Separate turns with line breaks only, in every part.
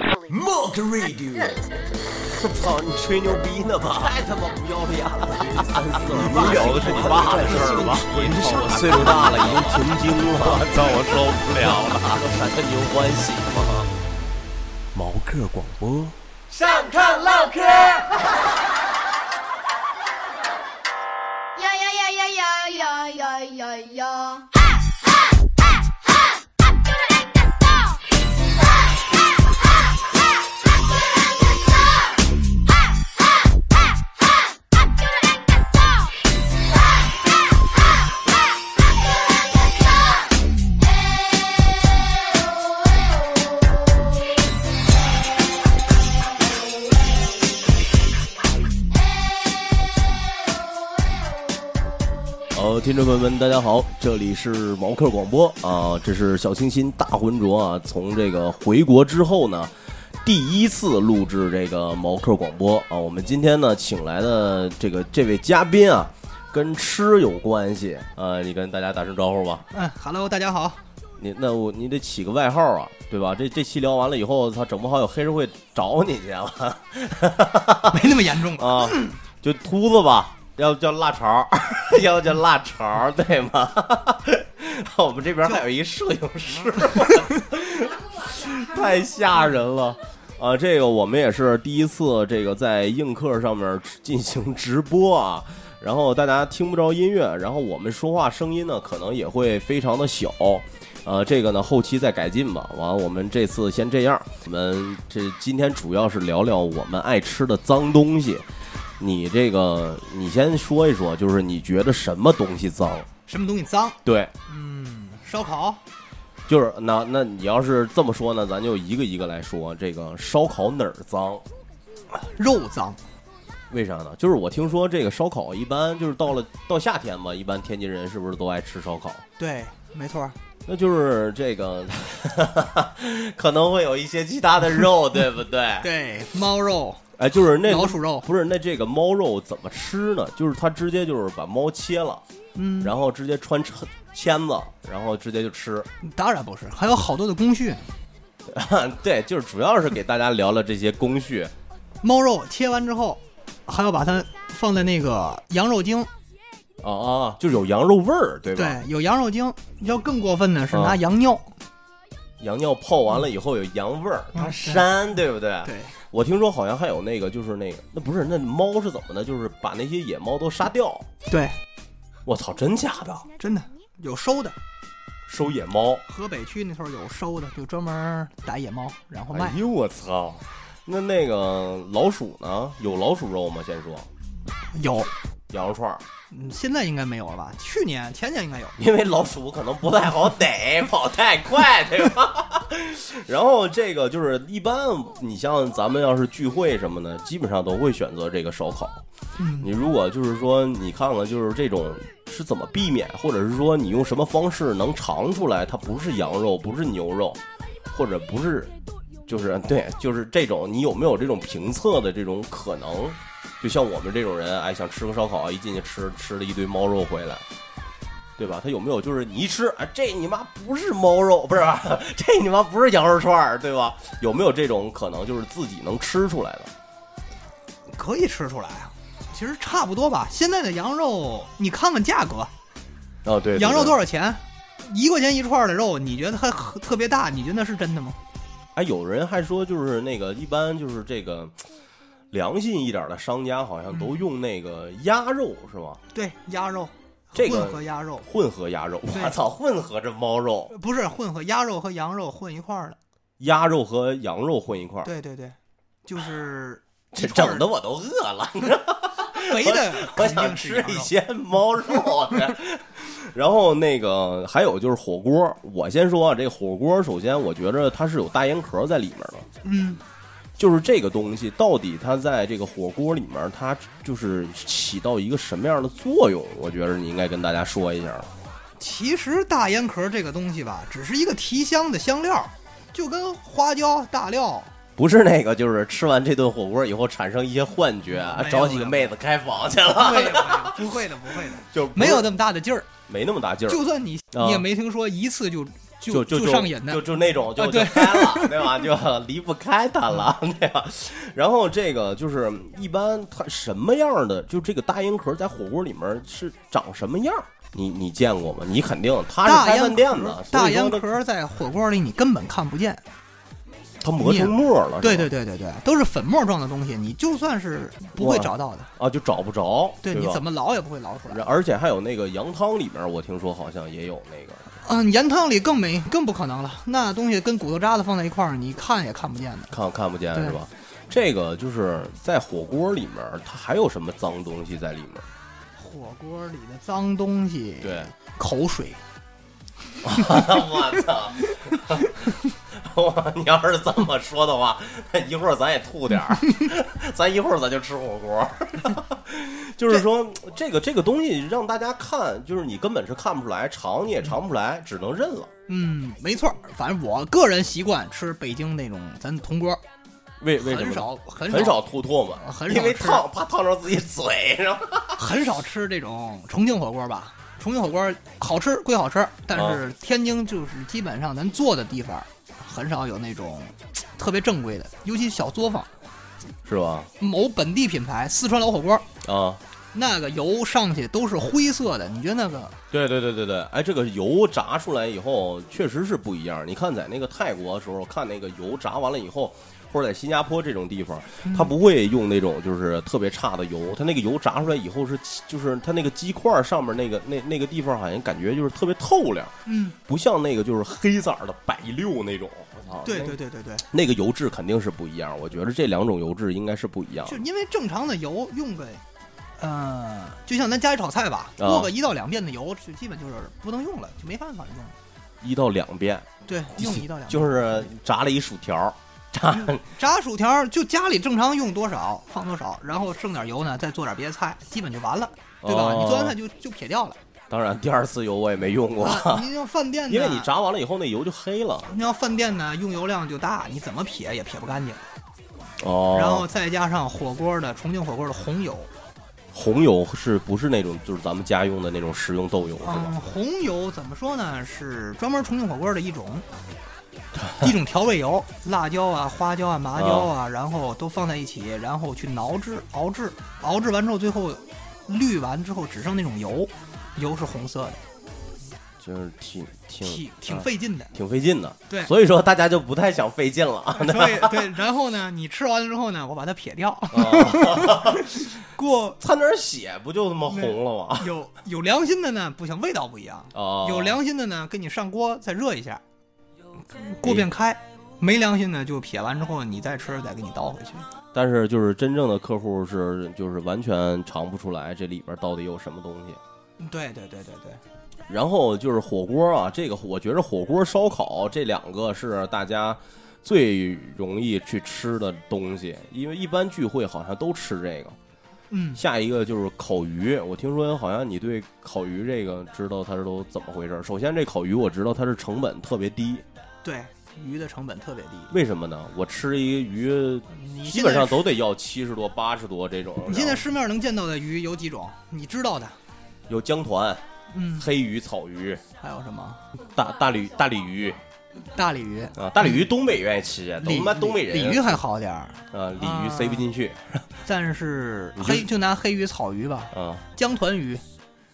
Rock Radio。
操，你吹牛逼呢吧？
太他妈不要脸了！
三四
你
无聊
的
的是你爸的事儿吧？我岁数大了，已经停经了，
操，我受不了了。
这啥叫牛欢喜 吗？
毛克广播，
上炕唠嗑。
呀呀呀呀呀呀呀呀呀！
呃，听众朋友们，大家好，这里是毛克广播啊，这是小清新大浑浊啊，从这个回国之后呢，第一次录制这个毛克广播啊，我们今天呢请来的这个这位嘉宾啊，跟吃有关系啊，你跟大家打声招呼吧。
嗯，Hello，大家好。
你那我你得起个外号啊，对吧？这这期聊完了以后，他整不好有黑社会找你去了
没那么严重吧？
啊，就秃子吧，要不叫辣潮儿， 要不叫辣潮儿，对吗？ 我们这边还有一摄影师， 太吓人了。啊，这个我们也是第一次，这个在映客上面进行直播啊，然后大家听不着音乐，然后我们说话声音呢可能也会非常的小，呃，这个呢后期再改进吧。完了，我们这次先这样，我们这今天主要是聊聊我们爱吃的脏东西。你这个，你先说一说，就是你觉得什么东西脏？
什么东西脏？
对，
嗯，烧烤。
就是那那你要是这么说呢，咱就一个一个来说。这个烧烤哪儿脏？
肉脏，
为啥呢？就是我听说这个烧烤一般就是到了到夏天嘛，一般天津人是不是都爱吃烧烤？
对，没错儿。
那就是这个 可能会有一些其他的肉，对不对？
对，猫肉、
哎，就是那
老鼠肉，
不是那这个猫肉怎么吃呢？就是他直接就是把猫切了，
嗯，
然后直接穿车签子，然后直接就吃。
当然不是，还有好多的工序。
对，就是主要是给大家聊聊这些工序。
猫肉切完之后，还要把它放在那个羊肉精。
啊啊，就是有羊肉味儿，对吧？
对，有羊肉精。要更过分的是
啊
拿羊尿。
羊尿泡完了以后有羊味儿，
嗯
它膻，对不对？
对，
我听说好像还有那个，就是那个，那不是那猫是怎么的？就是把那些野猫都杀掉。
对，
我操，真假的？
真的有收的。
收野猫？
河北区那头有收的，就专门逮野猫然后卖
哎。呦我操！那那个老鼠呢？有老鼠肉吗？先说
有，
羊肉串儿，
嗯，现在应该没有了吧？去年、前年应该有。
因为老鼠可能不太好逮，跑太快，对吧？然后这个就是一般，你像咱们要是聚会什么的，基本上都会选择这个烧烤。
嗯，
你如果就是说你看看就是这种是怎么避免，或者是说你用什么方式能尝出来它不是羊肉，不是牛肉，或者不是就是对，就是这种你有没有这种评测的这种可能？就像我们这种人，哎，想吃个烧烤，一进去吃吃了一堆猫肉回来。对吧？他有没有就是你一吃啊，这你妈不是猫肉， 不是、这你妈不是羊肉串儿，对吧？有没有这种可能，就是自己能吃出来的？
可以吃出来啊。其实差不多吧。现在的羊肉，你看看价格，
哦，对，对
羊肉
对
多少钱？一块钱一串的肉，你觉得它很特别大？你觉得那是真的吗？
哎，有人还说就是那个一般就是这个良心一点的商家好像都用那个鸭肉是吧？
对，鸭肉，
这个
混合鸭肉，
混合鸭肉，
对
我操，混合着猫肉、
不是混合鸭肉和羊肉混一块儿的。
鸭肉和羊肉混一块儿，
对对对，就是
这
一串儿
整的我都饿了，
肥的
我
肯
想
定
吃
是
一
羊肉
些猫肉。 然后那个还有就是火锅，我先说啊，这火锅首先我觉着它是有大烟壳在里面的，
嗯，
就是这个东西到底它在这个火锅里面，它就是起到一个什么样的作用？我觉得你应该跟大家说一下。
其实大烟壳这个东西吧，只是一个提香的香料，就跟花椒、大料
不是那个，就是吃完这顿火锅以后产生一些幻觉，啊
没有
找几个妹子开房去了，
没有，没有不会的，不会的，
就不是
没有那么大的劲儿。
没那么大劲儿。
就算你
啊
你也没听说一次就就
就
上瘾
就
的，
就那种就
啊
就
对
开了，对吧？就离不开它了，对吧？然后这个就是一般它什么样的，就这个大烟壳在火锅里面是长什么样？你你见过吗？你肯定它是
大
开饭
烟
店
壳
的，
大
所以
烟
说啊它
壳在火锅里你根本看不见。
它磨成沫了，
对
是吧
对对对对，都是粉末状的东西，你就算是不会找到的。
啊，就找不着，
对，
吧
你怎么捞也不会捞出来。
然而且还有那个羊汤里面，我听说好像也有那个，
嗯，盐汤里更没更不可能了，那东西跟骨头渣子放在一块儿，你看也看不见的。
看看不见
对
是吧？这个就是在火锅里面，它还有什么脏东西在里面？
火锅里的脏东西，
对，
口水，
我操！ 我你要是这么说的话，一会儿咱也吐点儿， 咱一会儿咱 就吃火锅。就是说，这个这个东西让大家看，就是你根本是看不出来，尝你也尝不出来，只能认了。
嗯，没错儿。反正我个人习惯吃北京那种咱铜锅，
为为什么
很
呢？
少很
很少吐唾沫，
很少
因为
吃
烫，怕烫着自己嘴，是吧？
很少吃这种重庆火锅吧。重庆火锅好吃归好吃，但是天津就是基本上咱做的地方，很少有那种嘖特别正规的，尤其小作坊。
是吧？
某本地品牌四川老火锅，
啊，
那个油上去都是灰色的，你觉得那个
对对对对对，哎，这个油炸出来以后确实是不一样。你看，在那个泰国的时候，看那个油炸完了以后，或者在新加坡这种地方，
嗯
它不会用那种就是特别差的油，它那个油炸出来以后是就是它那个鸡块上面那个那那个地方好像感觉就是特别透亮，
嗯，
不像那个就是黑色儿的白溜那种。我操，
对
那
对对对对，
那个油质肯定是不一样。我觉得这两种油质应该是不一样
就因为正常的油用个，呃，就像咱家里炒菜吧，
啊
过个一到两遍的油，就基本就是不能用了，就没办法用了。
一到两遍，
对，用一到两遍嗯
就是炸了一薯条，炸
炸薯条就家里正常用多少放多少，然后剩点油呢，再做点别的菜，基本就完了，对吧？
哦
你做完菜就就撇掉 了。
当然，第二次油我也没用过，
啊，你像饭店呢，
因为你，炸完了以后那油就黑了。
你像饭店呢，用油量就大，你怎么撇也撇不干净。
哦
然后再加上火锅的重庆火锅的红油，
红油是不是那种就是咱们家用的那种食用豆油是
嗯，
吧？
红油怎么说呢？是专门重庆火锅的一种， 一种调味油，辣椒啊、花椒啊、麻椒啊，然后都放在一起，然后去熬制、熬制、熬制完之后，最后滤完之后只剩那种油，油是红色的，
就是挺挺
挺挺
啊
费 劲的。
挺费劲的。
对
所以说大家就不太想费劲了 啊。
所以对，然后呢，你吃完之后呢，我把它撇 掉，过
掺点血不就他妈红了吗？
有有良心的呢，不行，味道不一样。
哦，
有良心的呢，给你上锅再热一下，锅变开；没良心的就撇完之后你再吃，再给你倒回去。
但是就是真正的客户是就是完全尝不出来这里边到底有什么东西。
对对对对对，
然后就是火锅啊，这个我觉着火锅、烧烤这两个是大家最容易去吃的东西，因为一般聚会好像都吃这个。
嗯，
下一个就是烤鱼，我听说好像你对烤鱼这个知道它是都怎么回事。首先，这烤鱼我知道它是成本特别低，
对，鱼的成本特别低。
为什么呢？我吃一个鱼
你
基
现
本上
在
都得要七十多、八十多这种。
你现在市面上能见到的鱼有几种？你知道的，
有江团、
嗯，
黑鱼、草鱼、
还有什么
大大鲤大鲤鱼
大鲤鱼、
啊，大鲤鱼东北愿意吃，都
鲤
他妈东北人。
鲤鱼还好点儿，
啊，鲤鱼塞不进去
但是
你这
黑就拿黑鱼、草鱼吧，
啊。
江团鱼，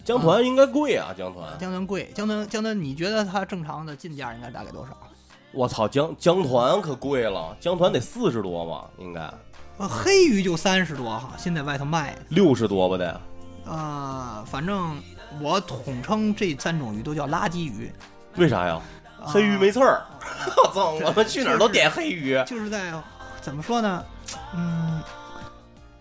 江团应该贵啊，江团。
江团贵，江团江团，你觉得它正常的进价应该大概多少？
我操，江江团可贵了，江团得四十多吧，应该
呃，黑鱼就三十多哈，现在外头卖
六十多吧得。
呃，反正我统称这三种鱼都叫垃圾鱼。
为啥呀？
啊
黑鱼没刺儿。 我操，我们去哪儿都点黑鱼。
就是在怎么说呢？嗯，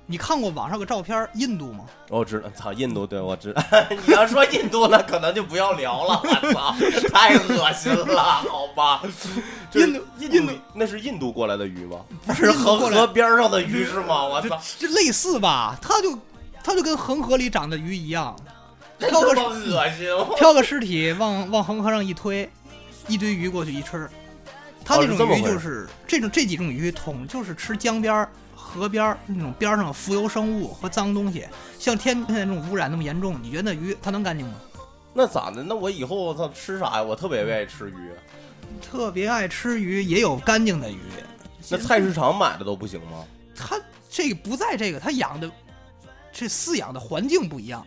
你看过网上有个照片儿，印度吗？
我知道，操，印度对我知。 你要说印度，那可能就不要聊了。我操，太恶心了，好吧？就是
印度
印
印
度
度
那是印度过来的鱼吗？
不
是
印度
恒河
过来，
边上的鱼是吗？我 操，
这类似吧？它就它就跟恒河里长的鱼一样，
真
漂
他
个
妈恶心！
漂个尸体往往恒河上一推，一堆鱼过去一吃。它
哦
那
是这
种
么
鱼
回事
就是这种这几种鱼统就是吃江边儿、河边儿那种边儿上 的浮游生物和脏东西。像天现在这种污染那么严重，你觉得那鱼它能干净吗？
那咋的？那我以后我操吃啥呀？我特别愿意吃鱼，啊
特别爱吃鱼，也有干净的鱼。
那菜市场买的都不行 吗？
它这个不在这个，它养的这饲养的环境不一样。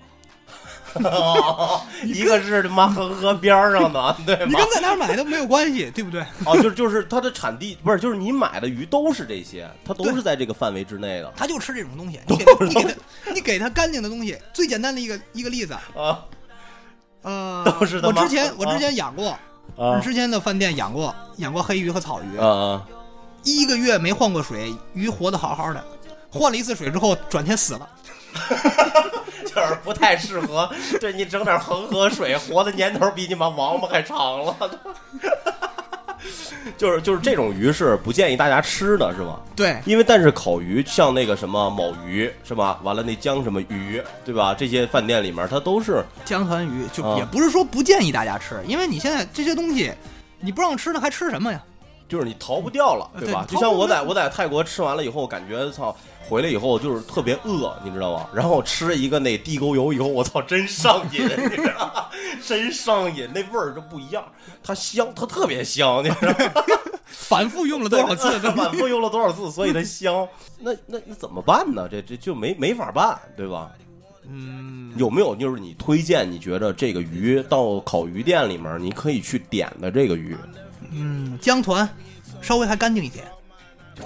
一个是他妈河河边儿上的， 对
你
吗
跟？在哪儿买都没有关系，对不对？
哦，就就是它的产地不是，就是你买的鱼都是这些，它都
对
是在这个范围之内的
它就吃这种东西。 你给它，你给它，你给它干净的东西。最简单的一个一个例子，
啊
呃，
都是他
我
妈
之前我
啊
之前养过，
啊
之前的饭店养过养过黑鱼和草鱼，
啊啊！
一个月没换过水，鱼活得好好的。换了一次水之后，转天死了。
就是不太适合，对你整点恒河水，活的年头比你妈王八还长了。 就是就是这种鱼是不建议大家吃的，是吧？
对，
因为但是烤鱼，像那个什么某鱼是吧？完了那江什么鱼对吧？这些饭店里面它都是
江团鱼就
啊
也不是说不建议大家吃，因为你现在这些东西，你不让吃，那还吃什么呀？
就是你逃不掉了，
呃对
吧？
逃
就像我
不掉
在我在泰国吃完了以后，感觉操，回来以后就是特别饿，你知道吗？然后吃了一个那地沟油以后，我操，真上瘾，你知道吗 真上瘾，那味儿就不一样，它香，它特别香，你知道吗？
反复用了多少次？
对反复用了多少次，所以它香。 那那那怎么办呢？这这就没没法办，对吧？
嗯，
有没有就是你推荐你觉得这个鱼到烤鱼店里面你可以去点的这个鱼？
嗯，江团稍微还干净一点，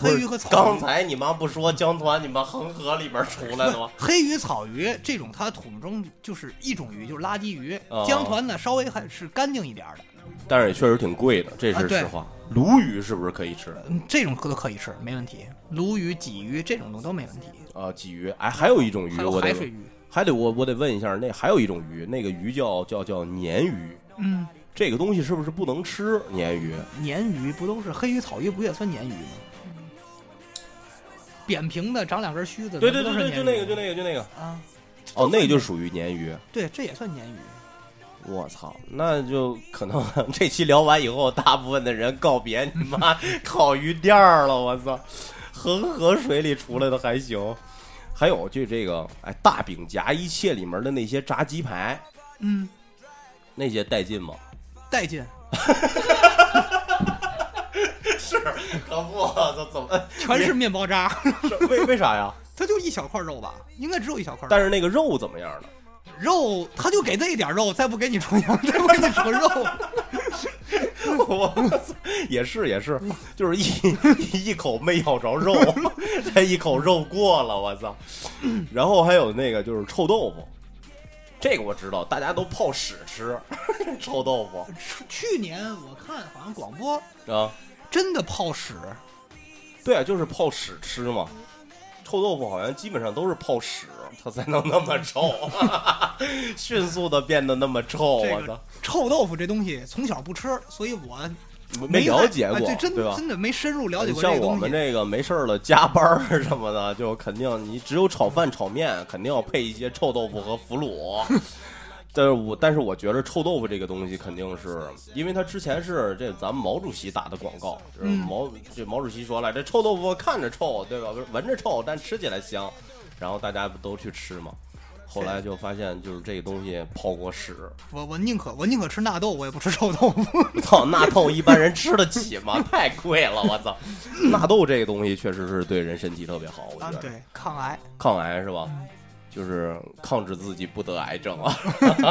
黑鱼和草鱼
刚才你妈不说江团你妈恒河里边出来 的吗？
黑鱼、草鱼这种，它土中就是一种鱼，就是垃圾鱼。
哦
江团呢，稍微还是干净一点儿的，
但是也确实挺贵的，这
啊
是
对
实话。鲈鱼是不是可以吃？
嗯，这种都可以吃，没问题。鲈鱼、鲫鱼这种东西都没问题。
啊，鲫鱼，哎，还有一种鱼，
还有
我得
海水鱼，
还得我我得问一下，那还有一种鱼，那个鱼叫叫叫鲶鱼，
嗯，
这个东西是不是不能吃？鲶鱼
鲶鱼不都是黑鱼、草鱼，不也算鲶鱼吗？扁平的，长两根须子，
对对
那不
对
都是
对，就
鲶
那
鱼
个就那个就那个，
啊，
哦，那个就属于鲶鱼。
对，这也算鲶鱼。
我操，那就可能 这期聊完以后，大部分的人告别你妈烤鱼店儿了。我操，恒河水里出来的还行。还有就这个，哎，大饼夹一切里面的那些炸鸡排，
嗯，
那些带劲吗？
带劲，
可不，这怎么
全是面包渣，
为为啥呀？
它就一小块肉吧，应该只有一小块肉。
但是那个肉怎么样呢？
肉，他就给那一点肉，再不给你重阳，再不给你重肉，
我操也是也是，就是一一口没咬着肉，这一口肉过了，我操！然后还有那个就是臭豆腐，这个我知道，大家都泡屎吃臭豆腐
去去年我看好像广播
啊，
真的泡屎，
哦对啊，就是泡屎吃嘛。臭豆腐好像基本上都是泡屎，它才能那么臭， 迅速的变得那么臭，
这
我
个
操！
臭豆腐这东西从小不吃，所以我
没了
太
解
哎
过，
对，真
对吧？
真的没深入了解
你
过
像
个
我
东
们
西。
这个没事儿了加班儿啊什么的，就肯定你只有炒饭、炒面，肯定要配一些臭豆腐和腐乳。但是我但是我觉得臭豆腐这个东西肯定是因为他之前是这咱们毛主席打的广告，就是
嗯
毛这毛主席说了，这臭豆腐看着臭，对吧？闻着臭，但吃起来香，然后大家不都去吃嘛。后来就发现，就是这个东西泡过屎，
我我宁可我宁可吃纳豆，我也不吃臭豆腐。
我操，纳豆一般人吃得起 吗？太贵了，我操！纳豆这个东西确实是对人身体特别好，我觉
啊，
得。
对，抗 癌，
抗癌是吧？就是抗制自己不得癌症 啊。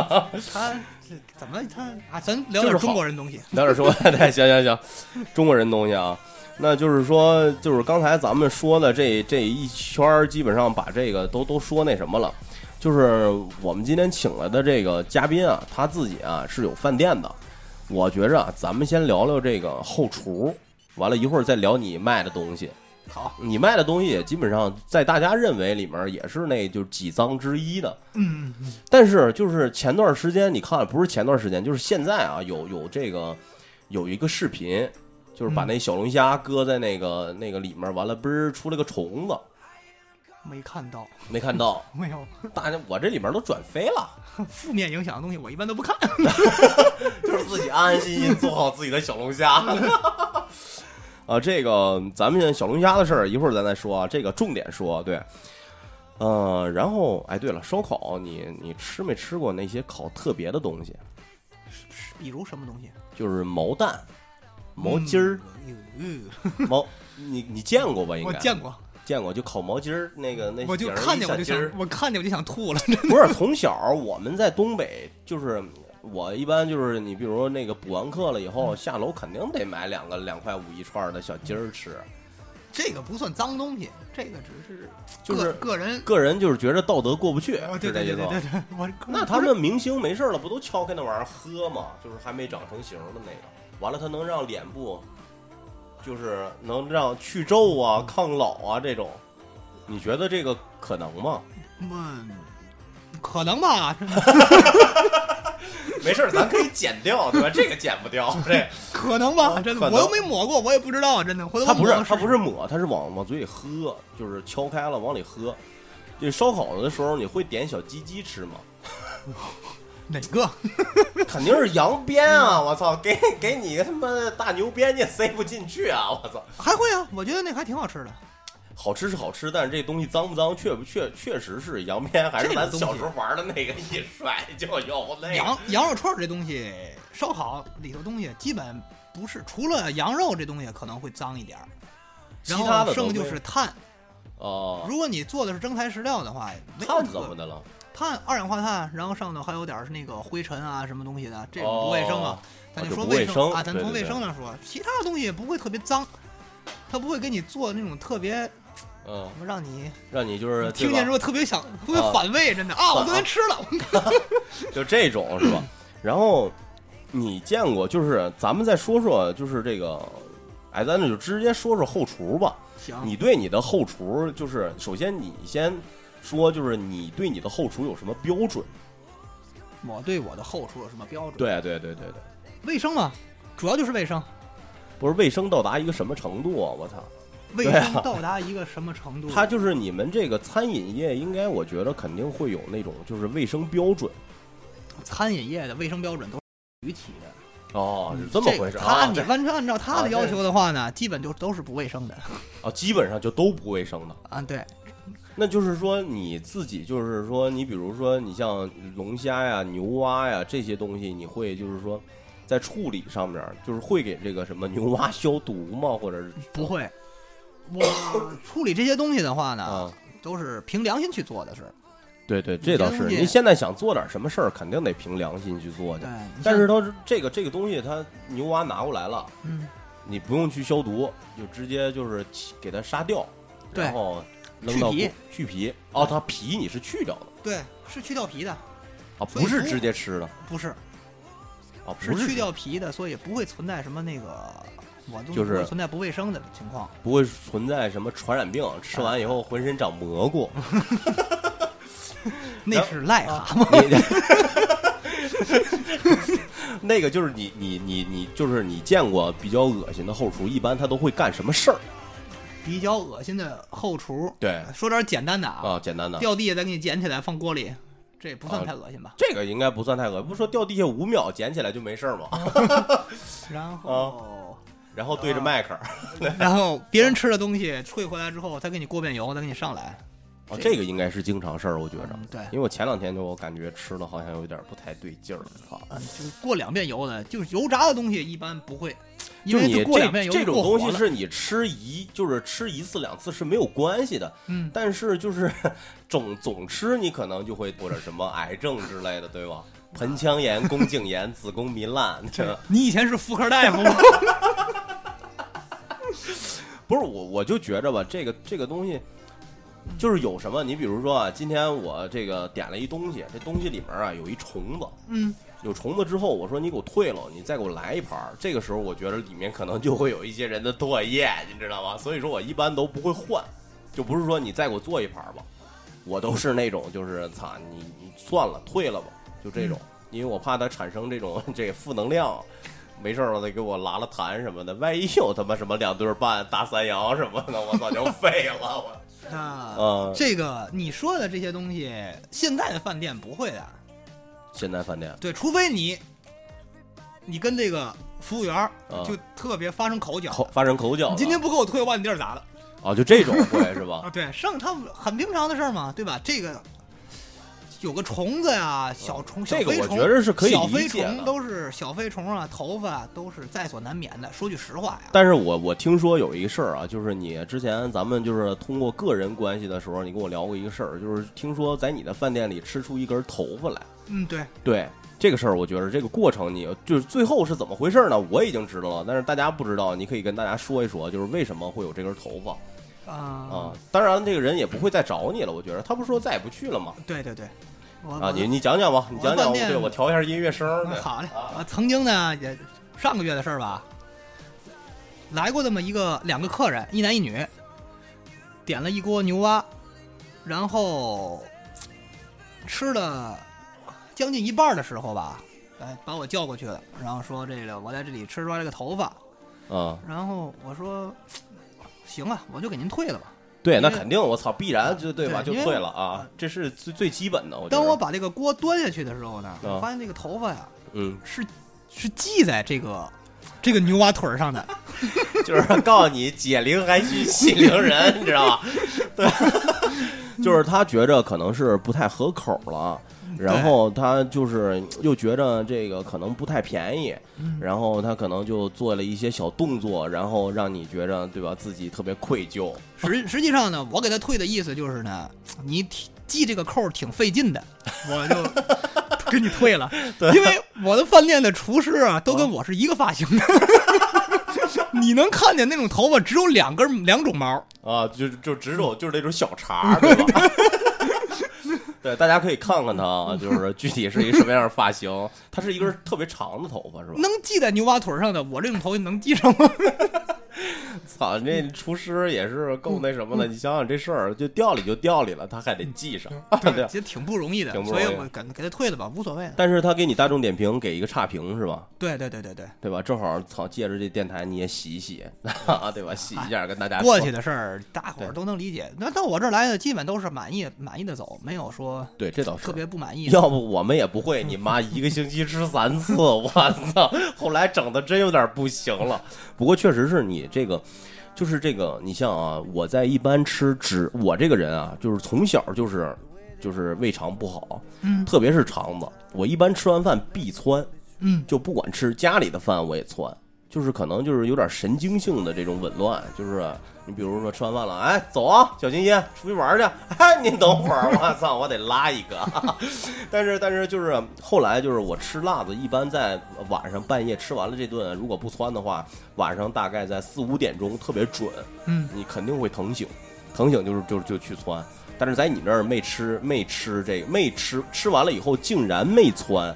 他这怎么他啊？咱聊点中国人东西。
聊点说，对，行行行，中国人东西啊。那就是说，就是刚才咱们说的这这一圈儿，基本上把这个都都说那什么了。就是我们今天请来的这个嘉宾啊，他自己啊是有饭店的。我觉着啊，咱们先聊聊这个后厨，完了一会儿再聊你卖的东西。
好，
你卖的东西也基本上在大家认为里面也是那就是几脏之一的。
嗯，嗯
但是就是前段时间，你看不是前段时间，就是现在啊，有有这个有一个视频，就是把那小龙虾搁在那个那个里面，完了不是出了个虫子，
没看到，
没看到，
没有
大家我这里面都转飞了，
负面影响的东西，我一般都不看。
就是自己安安心心做好自己的小龙虾。 啊啊，这个咱们小龙虾的事儿一会儿咱再说啊，这个重点说对。呃，然后哎，对了，烧烤你你吃没吃过那些烤特别的东西？
比如什么东西？
就是毛蛋、毛筋儿、
嗯，哎
毛，你你见过吧？应该
我见过，
见过，就烤毛筋儿那个那
我就
顶儿
看
一
见我
下
就
筋儿
想，我看见我就想吐了，真 的。
不是从小我们在东北，就是我一般就是你比如说那个补完课了以后，下楼肯定得买两个两块五一串儿的小鸡儿吃。
这个不算脏东西，这个只是
就是
个个人。
个人就是觉着道德过不去
啊，，
是
对
这
对
意
对
思
对
吧。
对对，我
那他们明星没事儿了，不都敲开那玩意儿喝吗？就是还没长成型的那个，完了它能让脸部，就是能让去皱啊、抗老啊这种，你觉得这个可能吗？
们可能吧，
没事儿，咱可以剪掉，对吧？这个剪不掉，这
可能吧，真
哦可能
的，我又没抹过，我也不知道，真的。回头
它
我
不是
抹
它
试
不是抹，它是往往嘴里喝，就是敲开了往里喝。这烧烤的时候，你会点小鸡鸡吃吗？
哪个，
肯定是羊鞭啊！我操，给给你个他妈的大牛鞭你也塞不进去啊！我操，
还会啊，我觉得那个还挺好吃的。
好吃是好吃，但是这东西脏不脏，确不确确实是羊鞭，还是
这个
咱
东西
小时候玩的那个 一甩就有那个。
羊羊肉串儿这东西，烧烤里头东西基本不是，除了羊肉这东西可能会脏一点儿，
其
然
他
后
的
剩
都
就
没啊
是碳。
哦，
如果你做的是真材实料的话，没有
碳
特
怎么的了？
碳二氧化碳，然后上头还有点儿是那个灰尘啊什么东西的，这种
哦
不卫生啊。咱
啊就
就说
不
卫
卫
生
生
啊，咱
对
从
对
卫
对
生上说，其他的东西也不会特别脏，它不会给你做那种特别
嗯
什，么让你
让你就是
听见之
呃对
后特别想特别
啊
反胃，真的啊，我
反
昨天吃了，
吧就这种 是吧？然后你见过就是咱们再说说就是这个，哎，咱就直接说说后厨吧。
行，
你对你的后厨，就是首先你先说，就是你对你的后厨有什么标准？
我对我的后厨有什么标准？
对对对对对，
卫生嘛，主要就是卫生。
不是卫生到达一个什么程度啊？我操！
卫
对啊
生到达一个什么程度？
它就是你们这个餐饮业，应该我觉得肯定会有那种就是卫生标准
餐饮业的卫生标准都是局起的，
哦，是这么回事
这
儿
个
啊
他你
对
完全按照他
啊
的要
对
求的话呢，基本就都是不卫生的
啊，基本上就都不卫生的。
啊。对，
那就是说你自己，就是说你比如说你像龙虾呀、牛蛙呀这些东西，你会就是说在处理上面儿，就是会给这个什么牛蛙消毒吗？或者是
不会。 我处理这些东西的话呢
啊，？
都是凭良心去做的事儿。
对对，这倒
这
是。
东西
您现在想做点什么事儿，肯定得凭良心去做去
对。，你
但
像
是它这个这个东西，它牛蛙拿过来了，
嗯，
你不用去消毒，就直接就是起给它杀掉，
对
然后扔到
去皮
锅去皮。哦，它皮你是去掉的
对，是去掉皮的，
啊，
所以
不是
不
直接吃的
不是
啊，
是
不是
去掉皮的，所以不会存在什么那个。我都
就是
不会存在不卫生的情况，
不会存在什么传染病，吃完以后浑身长蘑 菇。
那是癞蛤
啊
蟆。
你 那个就是你你你你就是你见过比较恶心的后厨，一般他都会干什么事儿？
比较恶心的后厨，
对
说点简单的啊，
啊，简单的，
掉地下再给你捡起来放锅里，这也不算
啊
太恶心吧？
这个应该不算太恶心，不是说掉地下五秒捡起来就没事儿吗？
然后，
然后哦对着麦克，
然后别人吃的东西退回来之后，再给你过遍油，再给你上来，
哦，这个应该是经常事儿，我觉着
嗯。对
因为我前两天就我感觉吃的好像有点不太对劲儿，操！
啊，就是过两遍油的，就是油炸的东西一般不会，因
就
为
你
过两
这
遍油
这
就
种
过火
东西
了
是你吃一就是吃一次两次是没有关系的，
嗯，
但是就是 总总吃，你可能就会或者什么癌症之类的，对吧？盆腔炎、宫颈炎、子宫糜烂，这
你以前是妇 科大夫吗？
不是我，我就觉着吧，这个这个东西，就是有什么，你比如说啊，今天我这个点了一东西，这东西里面啊有一虫子，
嗯，
有虫子之后，我说你给我退了，你再给我来一盘儿。这个时候，我觉得里面可能就会有一些人的唾液，你知道吗？所以说我一般都不会换，就不是说你再给我做一盘儿吧，我都是那种就是操你你算了退了吧，就这种，因为我怕它产生这种这负能量。啊没事儿了，再给我拉拉痰什么的，万一有他妈什么两对儿半大三阳什么的，我早就废了。我
那
呃，
这个你说的这些东西，现在的饭店不会的，
现在饭店
对，除非你，你跟这个服务员儿
啊
就特别发生口角，
口发生口角了，
你今天不给我退，我把你地儿砸了。
啊，就这种会是吧
啊，？对，剩它很平常的事儿嘛，对吧？这个有个虫子呀，小虫、小
呃这个
飞
我
虫，
觉得是可以
小
理
飞
解
虫
的。
都是小飞虫啊，头发都是在所难免的。说句实话呀，
但是我我听说有一个事儿啊，就是你之前咱们就是通过个人关系的时候，你跟我聊过一个事儿，就是听说在你的饭店里吃出一根头发来。
嗯，对，
对这个事儿，我觉得这个过程你就是最后是怎么回事呢？我已经知道了，但是大家不知道，你可以跟大家说一说，就是为什么会有这根头发
啊、
啊？当然，这个人也不会再找你了，我觉得他不是说再也不去了吗？
对对对，我
啊，
我
你你讲讲吧，你讲
我
讲，
饭店
对我调一下音乐声儿。
嗯
对
好嘞，我曾经呢也上个月的事儿吧，来过这么一个两个客人，一男一女，点了一锅牛蛙，然后吃了将近一半儿的时候吧，哎，把我叫过去了，然后说这个我在这里吃出来这个头发，
啊，
然后我说行啊，我就给您退了吧。
对，那
因为
肯定，我操，必然就对吧？就
对因为
退了啊，这是最最基本的。我觉
当
得
我把这个锅端下去的时候呢，我
啊
发现这个头发呀
嗯，
是是系在这个这个牛蛙腿儿上的。
就是告诉你，解铃还须系铃人，你知 道吧？对，就是他觉着可能是不太合口了，啊然后他就是又觉着这个可能不太便宜，然后他可能就做了一些小动作，然后让你觉着对吧，自己特别愧疚。
实实际上呢，我给他退的意思就是呢，你挺系这个扣儿挺费劲的，我就 给你退了。因为我的饭店的厨师啊，都跟我是一个发型的。 你能看见那种头发只有两根两种毛，
啊，就就只有
嗯
就是那种小茬儿，对吧？ 对，大家可以看看他啊，就是具体是一什么样的发型。它是一根特别长的头发，是吧？
能系在牛蛙腿上的，我这种头发能系上吗？
操，那厨师也是
嗯
够那什么的。你想想这事儿，就调理就调理了，他还得系上。 对
其，实挺不容易的，
挺不
所以
容易
我给给他退了吧，无所谓的。
但是他给你大众点评给一个差评是吧？
对对对对对，
对吧？正好操，借着这电台你也洗一洗， 啊，对吧？洗一下跟大家
过
说
去的事儿大伙儿
对
都能理解。那到我这儿来的，基本都是满意满意的走，没有说
对，这倒是
特别不满意的。
要不我们也不会，你妈一个星期吃三次， 我操！后来整的真有点不行了。不过确实是你这个，就是这个，你像啊，我在一般吃只我这个人啊，就是从小就是就是胃肠不好，
嗯
特别是肠子，我一般吃完饭必窜，
嗯，
就不管吃家里的饭我也窜，就是可能就是有点神经性的这种紊乱，就是你比如说吃完饭了，哎，走啊，小金金出去玩去， 哎，您等会儿，我操，我得拉一个。 但是但是就是后来就是我吃辣子，一般在晚上半夜吃完了这顿，如果不窜的话，晚上大概在四五点钟特别准，
嗯，
你肯定会疼醒，疼醒就是就是就去窜。但是在你那儿没吃没吃这个没吃吃完了以后竟然没窜，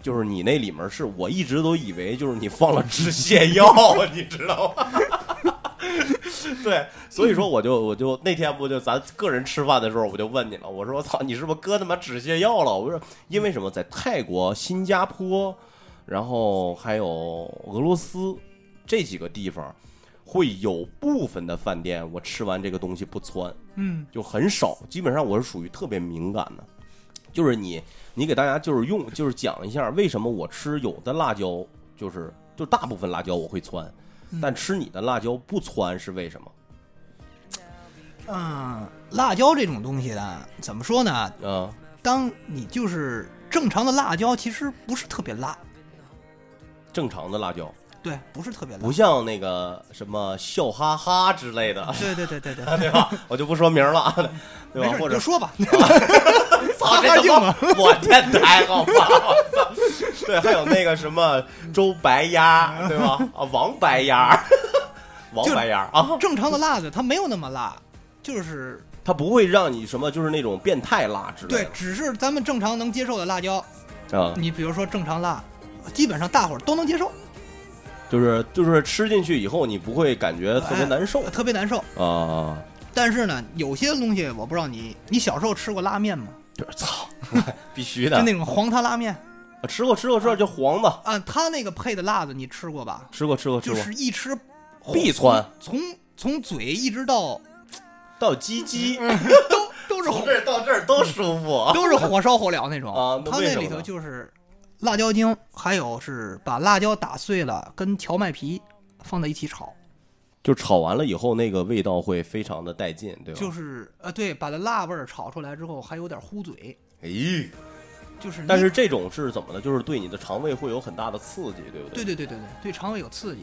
就是你那里面是我一直都以为就是你放了止泻药， 你知道吗？ 对，所以说我就我就那天不就咱个人吃饭的时候，我就问你了，我说我操，你是不是搁他妈止泻药了？我说因为什么，在泰国、新加坡，然后还有俄罗斯这几个地方，会有部分的饭店，我吃完这个东西不窜，
嗯，
就很少，基本上我是属于特别敏感的，就是你你给大家就是用就是讲一下为什么我吃有的辣椒就是就大部分辣椒我会窜，但吃你的辣椒不窜是为什么？
嗯，辣椒这种东西呢，怎么说呢？
啊，
当你就是正常的辣椒，其实不是特别辣，
正常的辣椒，
对，不是特别辣
不。像那个什么笑哈哈之类的，
对对对对对，
对吧？我就不说名了， 对
没
吧？
事，
或
你
者
就说吧。
操，这
哈哈
他
镜
妈 我电台好吧？ 我操！对，还有那个什么周白 鸭，对吧？啊，王白鸭， 王白鸭啊，
正常的辣子它没有那么辣，就是
它不会让你什么就是那种变态辣之类
对，只是咱们正常能接受的辣椒，
的啊，
你比如说正常辣，基本上大伙儿都能接受，
就是就是吃进去以后你不会感觉特别难受
呃特别难受。
啊。
但是呢，有些东西我不知道你，你小时候吃过拉面吗？
就是操，必须
就
的
那，种黄汤拉面
我啊吃过吃过吃过，就黄的，
啊，它那个配的辣子你吃过吧？
吃过吃过吃
就
过，
是一吃
必窜
从从嘴一直到
到鸡鸡，
嗯都都是
从
火
这儿到这儿都舒服。
都是火烧火燎那种
啊那
它
为
那
什么
里头
呢
就是辣椒精，还有是把辣椒打碎了，跟荞麦皮放在一起炒，
就炒完了以后，那个味道会非常的带劲，对吧？
就是呃，对，把那辣味儿炒出来之后，还有点糊嘴，
哎，
就是你
但是这种是怎么呢？就是对你的肠胃会有很大的刺激，对不对？对，
对对对对对，对肠胃有刺激，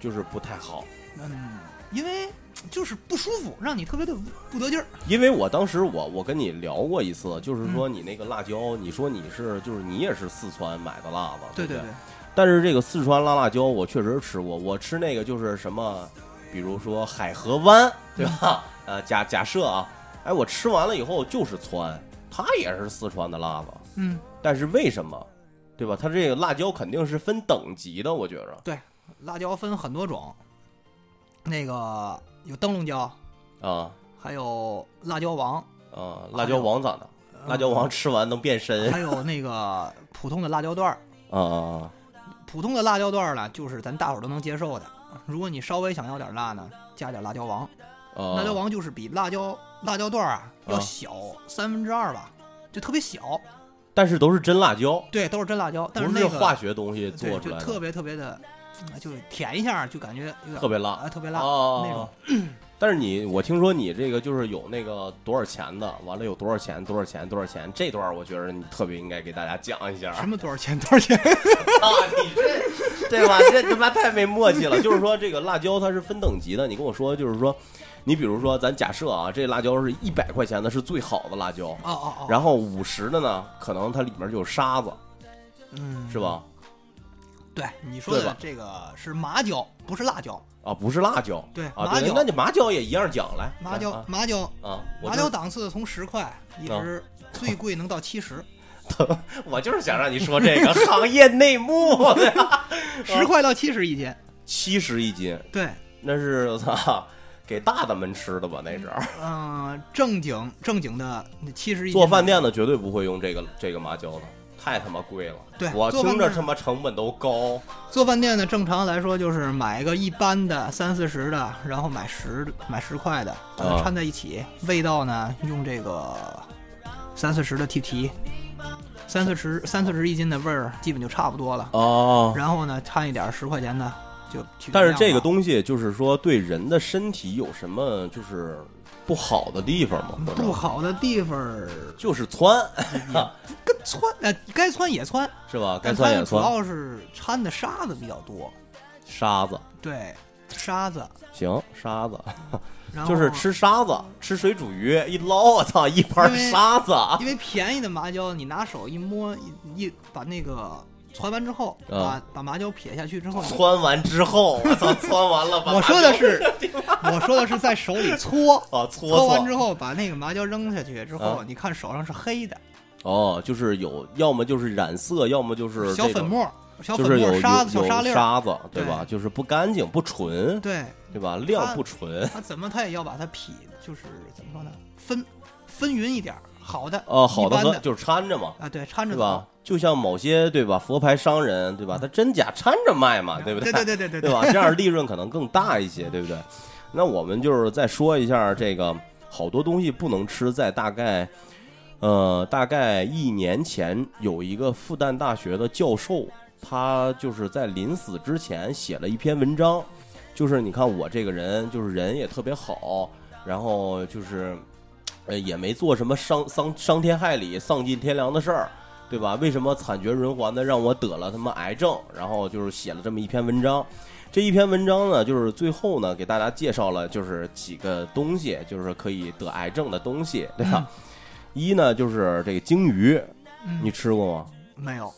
就是不太好。
嗯，因为就是不舒服，让你特别的不得劲儿。
因为我当时我我跟你聊过一次，就是
嗯
说你那个辣椒，你说你是就是你也是四川买的辣子，
对
不
对
对。但是这个四川辣辣椒我确实吃过，我吃那个就是什么，比如说海河湾，
嗯
对吧？ 呃，假假设啊，哎，我吃完了以后就是川，它也是四川的辣子，
嗯，
但是为什么，对吧？它这个辣椒肯定是分等级的，我觉着
对，辣椒分很多种，那个有灯笼椒，
啊
还有辣椒王，
啊，辣椒王咋的？辣椒王吃完能变身
呃还有那个普通的辣椒段儿。
啊啊
普通的辣椒段儿呢，就是咱大伙儿都能接受的。如果你稍微想要点辣呢，加点辣椒王。
啊！
辣椒王就是比辣椒辣椒段儿啊
哦
要小三分之二吧，就特别小。
但是都是真辣椒，
对，都是真辣椒，但
不
那个
化学东西
对
做出
就
来的，
特别特别的，嗯就舔一下就感觉有点
特别辣
啊，特别辣
哦
那种。
但是你，我听说你这个就是有那个多少钱的，完了有多少钱，多少钱，多少钱，这段我觉得你特别应该给大家讲一下。
什么多少钱？多 少钱？
啊，你 这对吧？这他妈太没默契了。就是说，这个辣椒它是分等级的。你跟我说，就是说，你比如说，咱假设啊，这辣椒是一百块钱的，是最好的辣椒，
哦哦哦，
然后五十的呢，可能它里面就有沙子，
嗯，
是？吧？
对，你说
对
的
吧
这个是麻椒，不是辣椒。
啊，不是辣椒，
嗯对
啊，
麻
对，
椒
那你麻椒也一样讲来，
麻椒
啊，
麻椒，
啊，我
麻
就哦
椒档次从十块一直最贵能到七十，
我就是想让你说这个行业内幕，
十块到七十一斤。
七十一斤，
对，
那是我操，给大大们吃的吧？那是
嗯、正经正经的七十一斤。
做饭店的绝对不会用这个这个麻椒的，太他妈贵了。
对
我
做饭
听着
店
他妈成本都高，
做饭店的正常来说就是买一个一般的三四十的，然后买十买十块的，把它
啊
掺在一起，味道呢用这个三四十的提提，三四十三四十一斤的味儿基本就差不多了。
哦。
然后呢掺一点十块钱的就去。
但是这个东西就是说对人的身体有什么就是不好的地方吗？或者
不好的地方儿
就是窜
跟窜呃该窜也窜，
是吧？该
但
窜
它
也
主
窜，
要是掺的沙子比较多，
沙子
对沙子，
行，沙子
然后
就是吃沙子，吃水煮鱼一捞，我操，一盘
因为
沙子
因为便宜的麻椒，你拿手一摸一一把那个搓完之后，
啊
把把麻椒撇下去 之后，你
窜完之后，我操，窜完了吧？
我说的是我说的是在手里 搓，
啊，搓
搓
搓
完之后把那个麻椒扔下去之后
啊，
你看手上是黑的，
哦，就是有，要么就是染色，要么就是
小
这
粉
种，
末，小
就
粉
是有
末
有
沙子、小
有
沙
沙
粒儿，
子，对吧？就是不干净、不纯，
对
对吧？量不纯。
它怎么它也要把它劈，就是怎么说呢，分分匀一点儿，好的
哦，好
的
的
般
和就是掺着嘛，
啊，对，掺着
对吧？就像某些对吧佛牌商人对吧，他真假掺着卖嘛，
走？
对不
对
对
对对对嗯
对吧？这样利润可能更大一些，对不对？那我们就是再说一下这个，好多东西不能吃，在大概，呃，大概一年前有一个复旦大学的教授，他就是在临死之前写了一篇文章，就是你看我这个人，就是人也特别好，然后就是，呃，也没做什么伤伤伤天害理、丧尽天良的事儿。对吧？为什么惨绝人寰的让我得了他妈癌症？然后就是写了这么一篇文章，这一篇文章呢，就是最后呢，给大家介绍了就是几个东西，就是可以得癌症的东西，对吧？一呢就是这个鲸鱼，
嗯
你吃过吗？
没有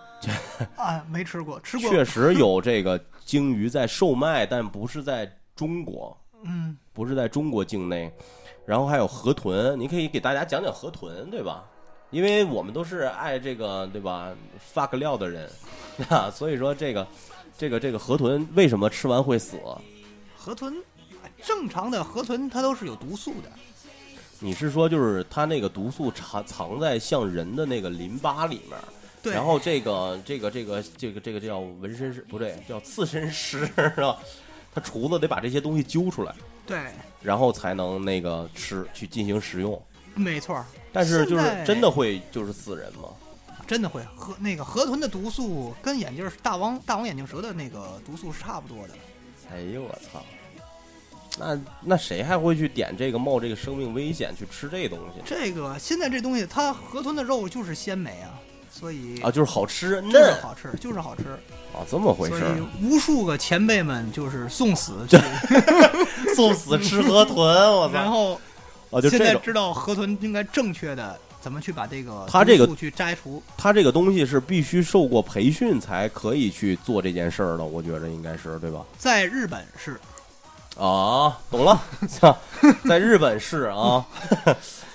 啊，没吃过，吃过
确实有这个鲸鱼在售卖，但不是在中国，
嗯，
不是在中国境内。然后还有河豚，你可以给大家讲讲河豚，对吧？因为我们都是爱这个，对吧？fuck 料的人， 啊，所以说这个，这个，这个河豚为什么吃完会死？
河豚，正常的河豚它都是有毒素的，
你是说就是它那个毒素藏藏在像人的那个淋巴里面儿，
对
然后这个这个这个这个这个叫纹身师不对，叫刺身师 是吧？他厨子得把这些东西揪出来，
对，
然后才能那个吃去进行食用。
没错儿。
但是就
现
是
在
真的会就是死人吗？
真的会河那个河豚的毒素跟眼镜儿大王大王眼镜蛇的那个毒素是差不多的，
哎呦我操！那那谁还会去点这个冒这个生命危险去吃这东西
这个现在这东西，它河豚的肉就是鲜美啊，所以
啊？就是好吃
就
嫩
是好吃，就是好吃。
啊，这么回
所
事
以
儿，
无数个前辈们就是送 死去，
送死吃河豚，我
然
操！
后
啊，就这
现在
种，
知道河豚应该正确的怎么去把这个
它这个
毒素去摘除。
他这个东西是必须受过培训才可以去做这件事儿的，我觉着应该是对吧？
在日本是，
啊，懂 了，操在日本是啊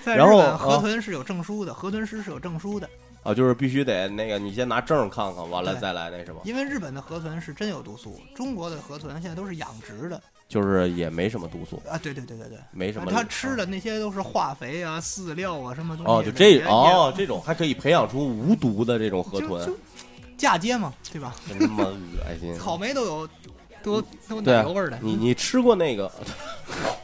在日
然后
本河
啊
豚是有证书的，河豚师是有证书的，
啊，就是必须得那个，你先拿证儿看看，完了
对
再来那什么，
因为日本的河豚是真有毒素，中国的河豚现在都是养殖的
就是也没什么毒素，
啊，对对对对对。
没什么。嗯
它吃的那些都是化肥啊、饲料啊，什么东西的。
哦，就这
也
哦，这种还可以培养出无毒的这种河
也就
豚
就，嫁接嘛，对吧？
真他妈恶 心！
草莓都有，都都
对
奶
啊
油味儿的。
你你吃过那个？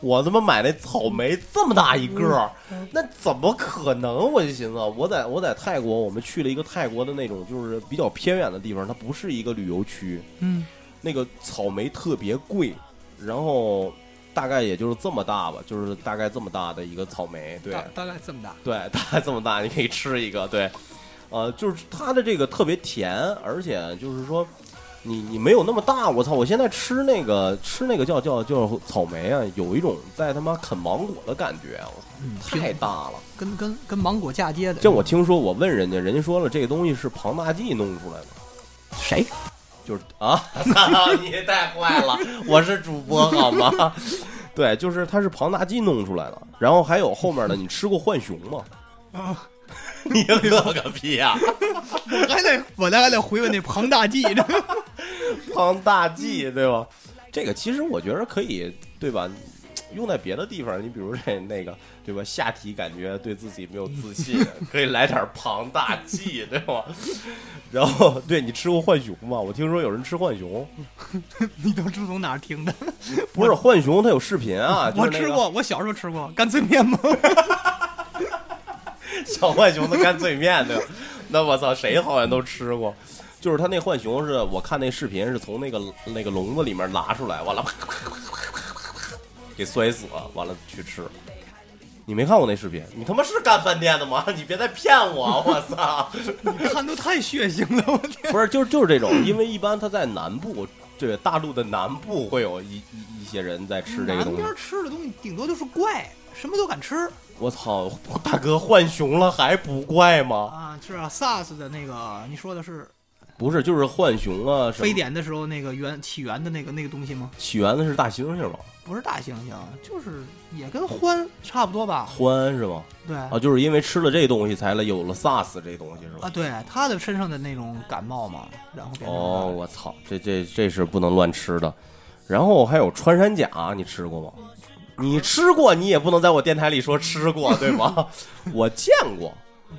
我他妈买那草莓这么大一个儿，那怎么可能？我就寻思，啊我在我在泰国，我们去了一个泰国的那种就是比较偏远的地方，它不是一个旅游区，
嗯，
那个草莓特别贵，然后大概也就是这么大吧，就是大概这么大的一个草莓，对，啊
大大概这么大。
对， 大概这么大，你可以吃一个。对，呃，就是它的这个特别甜，而且就是说，你你没有那么大。我操！我现在吃那个吃那个叫叫叫草莓啊，有一种在他妈啃芒果的感觉，啊
嗯
我太大了。
跟跟跟芒果嫁接的。
这我听说，我问人家，人家说了，这个东西是庞大剂弄出来的。
谁？
就是啊， 操你太坏了！我是主播好吗？ 对，就是它是庞大剂弄出来的，然后还有后面的，你吃过浣熊吗？
啊，
你乐个屁啊呀、
我还得我还得回问那庞大 剂，
庞大剂，
嗯
对吧？这个其实我觉得可以，对吧？用在别的地方，你比如这那个，对吧？下体感觉对自己没有自 信，可以来点庞大剂，对吧？然后，对你吃过浣熊吗？我听说有人吃浣 熊，
你都是从哪儿听的？
不是浣熊，它有视频啊。就
我
是那个
吃过，我小时候吃过干脆 面吗？
小浣熊的干脆面，对吧？那我操，谁好像都吃过。就是他那浣熊是我看那视频是从那个那个笼子里面拿出来，完了啪啪啪啪啪啪啪给摔死了，完了去吃。你没看过那视频？你他妈是干饭店的吗？ 你别再骗我！我操！
你看都太血腥了，我天！
不是，就是就是这种，因为一般他在南部，这大陆的南部会有一一一些人在吃这个
南
东西。
边吃的东西顶多就是怪，什么都敢吃
我操，大哥浣熊了还不怪吗？
啊！是啊，SARS 的那个，你说的是
不是，就是浣熊啊，什么
非典的时候那个源起源的那个那个东西吗？
起源的是大猩猩吧？
不是大猩猩，就是也跟獾差不多吧？
欢是吗？
对
啊，就是因为吃了这东西才了有了 SARS 这东西是
啊，
吧？
对，他的身上的那种感冒嘛，然后变成
哦，
了
我操，这这这是不能乱吃的。然后还有穿山甲，你吃过吗？你吃过，你也不能在我电台里说吃过，对 吗？我见过，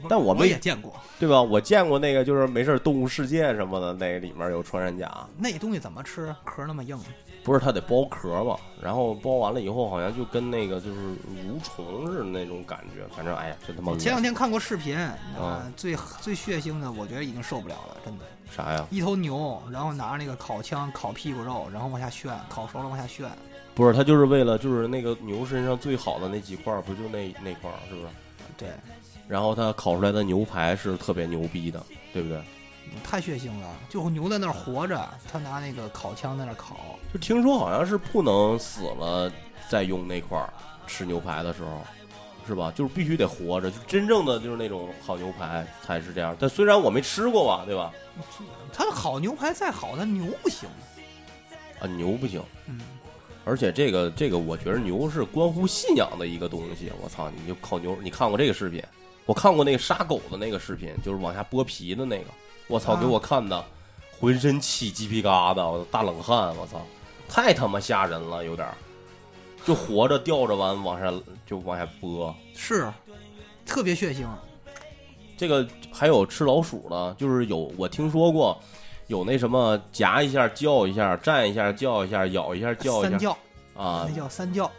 但我
我
没
也见过，
对吧？我见过那个，就是没事儿动物世界什么的，那里面有穿山甲，
那东西怎么吃？壳那么硬，
不是它得剥壳嘛，然后剥完了以后，好像就跟那个就是蠕虫似的那种感觉，反正哎呀，真他妈恶
前两
心
天看过视频，
哦
啊，最最血腥的，我觉得已经受不了了，真的。
啥呀？
一头牛，然后拿着那个烤枪烤屁股肉，然后往下炫，烤熟了往下炫。
不是，他就是为了就是那个牛身上最好的那几块儿，不就那那块儿是不是？
对，
然后他烤出来的牛排是特别牛逼的，对不对？
太血腥了，就牛在那儿活着，他拿那个烤枪在那儿烤。
就听说好像是不能死了再用那块儿吃牛排的时候，是吧？就是必须得活着，就真正的就是那种好牛排才是这样。但虽然我没吃过吧，对吧？
他好牛排再好，他牛不行。
啊，牛不行，
嗯，
而且这个这个，我觉得牛是关乎信仰的一个东西。我操，你就烤牛，你看过这个视频？我看过那个杀狗的那个视频，就是往下剥皮的那个。我操，
啊
给我看的，浑身起鸡皮疙瘩，我大冷汗。我操，太他妈吓人了，有点儿。就活着吊着完往下就往下剥。
是，特别血腥。
这个还有吃老鼠的，就是有我听说过，有那什么夹一下叫一下，蘸一下叫一下，咬一下叫一
三
下
叫，
啊
那，叫三叫。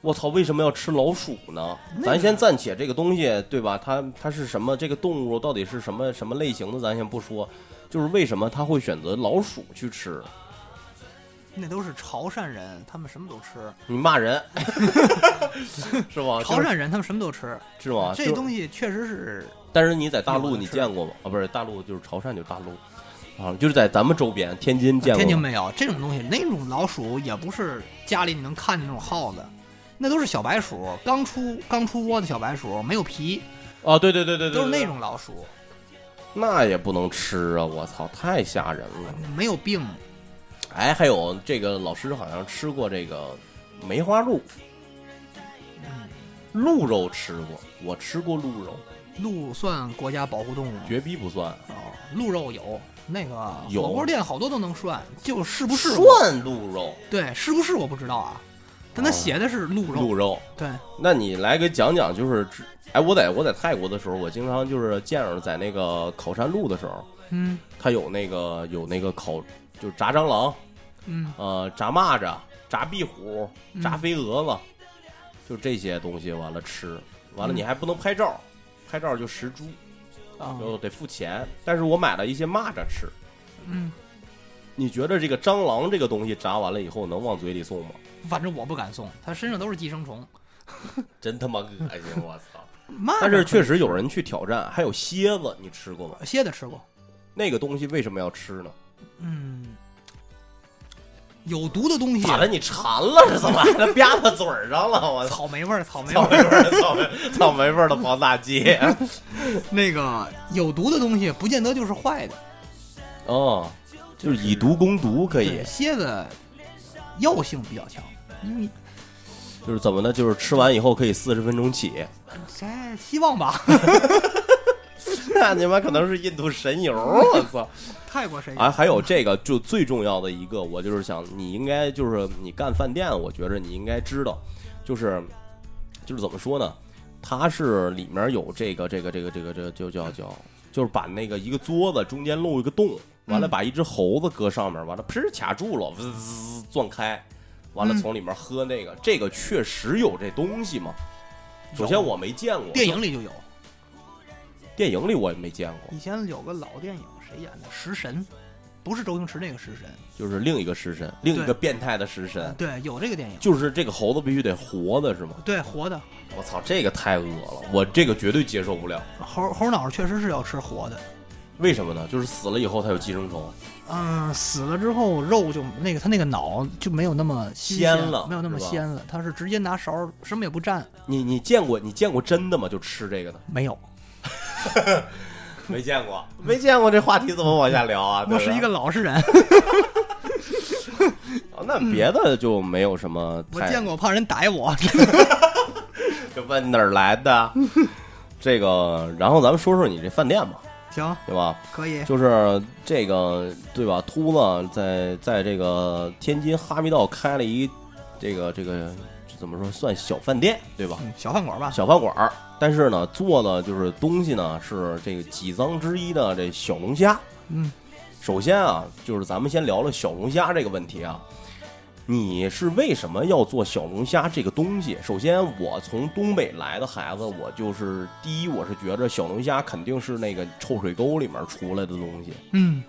我操，为什么要吃老鼠呢？
那个
咱先暂且这个东西，对吧？它它是什么？这个动物到底是什么什么类型的？咱先不说，就是为什么他会选择老鼠去吃？
那都是潮汕人，他们什么都吃。
你骂人啊 是吧？
潮汕人他们什么都吃，
是吧？
这
就是
东西确实是
但是你在大陆你见过吗？啊，不是大陆就是潮汕就是大陆，啊，就是在咱们周边天津见过吗。
啊天津没有这种东西，那种老鼠也不是家里你能看见那种耗子，那都是小白鼠，刚出刚出窝的小白鼠，没有皮，
啊，对对对对对，
都是
对
那，种老鼠，
那也不能吃啊！我操，太吓人了。
没有病。
哎，还有这个老师好像吃过这个梅花鹿，嗯鹿肉吃过，我吃过鹿肉，
鹿算国家保护动物吗？
绝逼不算。啊
哦，鹿肉有那个
有
火锅店好多都能涮，就是不
不
是我
涮鹿肉，
对是不是我不知道啊，但他
哦
写的是鹿肉，
鹿肉。
对，
那你来给讲讲，就是吃，哎，我在我在泰国的时候，我经常就是见着在那个烤山路的时候，
嗯
它有那个有那个烤，就是炸蟑螂，
嗯，
呃，炸蚂蚱、炸壁虎、炸
嗯
飞蛾子，就这些东西完了吃，完了
嗯
你还不能拍照，拍照就食猪，
啊
就得付钱。但是我买了一些蚂蚱吃，
嗯，
你觉得这个蟑螂这个东西炸完了以后能往嘴里送吗？
反正我不敢送，它身上都是寄生虫。
真他妈恶心，我操！
蚂
但是
蚱
确实有人去挑战，还有蝎子，你吃过吗？
蝎子吃过，
那个东西为什么要吃呢？
嗯，有毒的东西，
咋的？你馋了是怎么？还能 吧到嘴儿上了？我 操！
草莓味儿，草莓味
草
儿。
莓味儿的草莓草莓味儿的跑大街。
那个有毒的东西不见得就是坏的，
哦，就是以毒攻毒可以
对，，蝎子药性比较强。你
就是怎么呢？就是吃完以后可以四十分钟起。
咱希望吧，
那你妈可能是印度神油，我操！
泰国谁
啊，还有这个就最重要的一个，我就是想你应该就是你干饭店，我觉着你应该知道，就是就是怎么说呢？它是里面有这个这个这个这个这个就叫叫，就是把那个一个桌子中间露一个洞，完
嗯
了把一只猴子搁上面，完了噗卡住了，滋滋撞开，完了
嗯
从里面喝那个，这个确实有这东西吗？首先我没见过，
电影里就有，
电影里我也没见过，
以前有个老电影谁演的？食神，不是周星驰那个食神，
就是另一个食神，另一个
对
变态的食神，
对，有这个电影，
就是这个猴子必须得活的是吗？
对，活的
我操，这个太恶了，我这个绝对接受不了。
猴猴脑确实是要吃活的，
为什么呢？就是死了以后它有寄生虫，
嗯，死了之后肉就那个他那个脑就没有那么新鲜
鲜了
没有那么
是吧
鲜了，他是直接拿勺儿什么也不蘸，
你你见过你见过真的吗？就吃这个的？
没有。
没见过，没见过，这话题怎么往下聊 啊？
我
对
是
吧
一个老实人，
哦那别的就没有什么
嗯我
太，
见过怕人 逮我。
就问哪儿来 的？这个，然后咱们说说你这饭店吧，
行，
对吧？
可以。
就是这个对吧？秃子在在这个天津哈密道开了一这个这个怎么说算小饭店对吧？
嗯，小饭馆吧，
小饭馆儿，但是呢做的就是东西呢是这个几脏之一的这小龙虾。
嗯，
首先啊，就是咱们先聊聊小龙虾这个问题啊。你是为什么要做小龙虾这个东西？首先，我从东北来的孩子，我就是第一，我是觉着小龙虾肯定是那个臭水沟里面出来的东西。
嗯，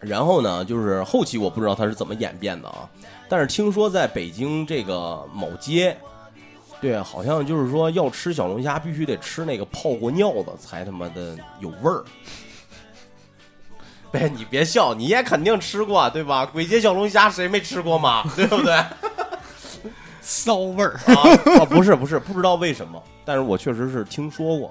然后呢，就是后期我不知道它是怎么演变的啊，但是听说在北京这个某街，对，好像就是说要吃小龙虾必须得吃那个泡过尿的才他妈的有味儿。 哎，你别笑，你也肯定吃过啊对吧？鬼街小龙虾谁没吃过嘛，对不 对？啊
骚味儿。
啊，不是不是，不知道为什么，但是我确实是听说过，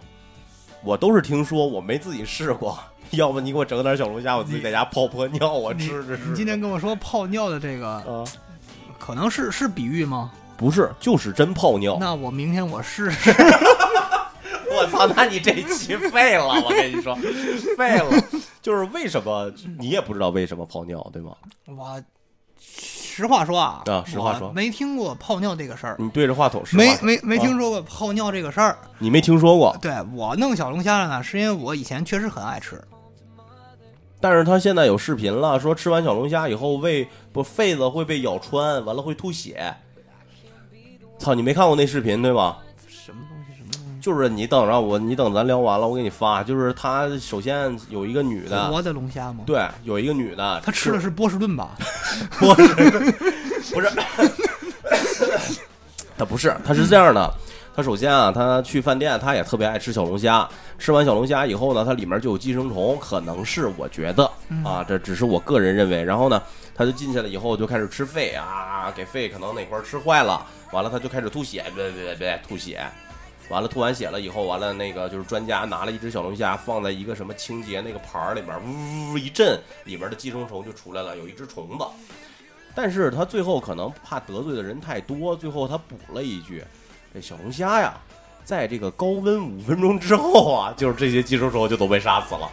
我都是听说，我没自己试过。要不你给我整点小龙虾，我自己在家泡泡尿，我
你
吃着吃。
你今天跟我说泡尿的这个，
啊。
可能是是比喻吗？
不是，就是真泡尿。
那我明天我试试。
我操，那你这期废了，我跟你说，废了。就是为什么你也不知道为什么泡尿，对吗？
我实话说啊，
啊实话说
我没听过泡尿这个事儿，
你对着话筒说
没
话
没没听
啊
说过泡尿这个事儿。
你没听说过？
对我弄小龙虾呢，是因为我以前确实很爱吃。
但是他现在有视频了，说吃完小龙虾以后胃不肺子会被咬穿，完了会吐血。操，你没看过那视频对吧？
什么东西？什么东西？
就是你等着我，你等咱聊完了，我给你发。就是他首先有一个女的，
活的龙虾吗？，
啊对，有一个女的，
他吃的是波士顿吧？
不是， 不是，他不是，他是这样的。他首先啊，他去饭店，他也特别爱吃小龙虾。吃完小龙虾以后呢，它里面就有寄生虫，可能是我觉得啊，这只是我个人认为。然后呢，他就进去了以后就开始吃肺啊，给肺可能哪块儿吃坏了，完了他就开始吐血，别别别别吐血。完了，吐完血了以后，完了那个就是专家拿了一只小龙虾放在一个什么清洁那个盘儿里面，呜呜呜一震，里面的寄生虫就出来了，有一只虫子。但是他最后可能怕得罪的人太多，最后他补了一句：“这小龙虾呀，在这个高温五分钟之后啊，就是这些寄生虫就都被杀死了。”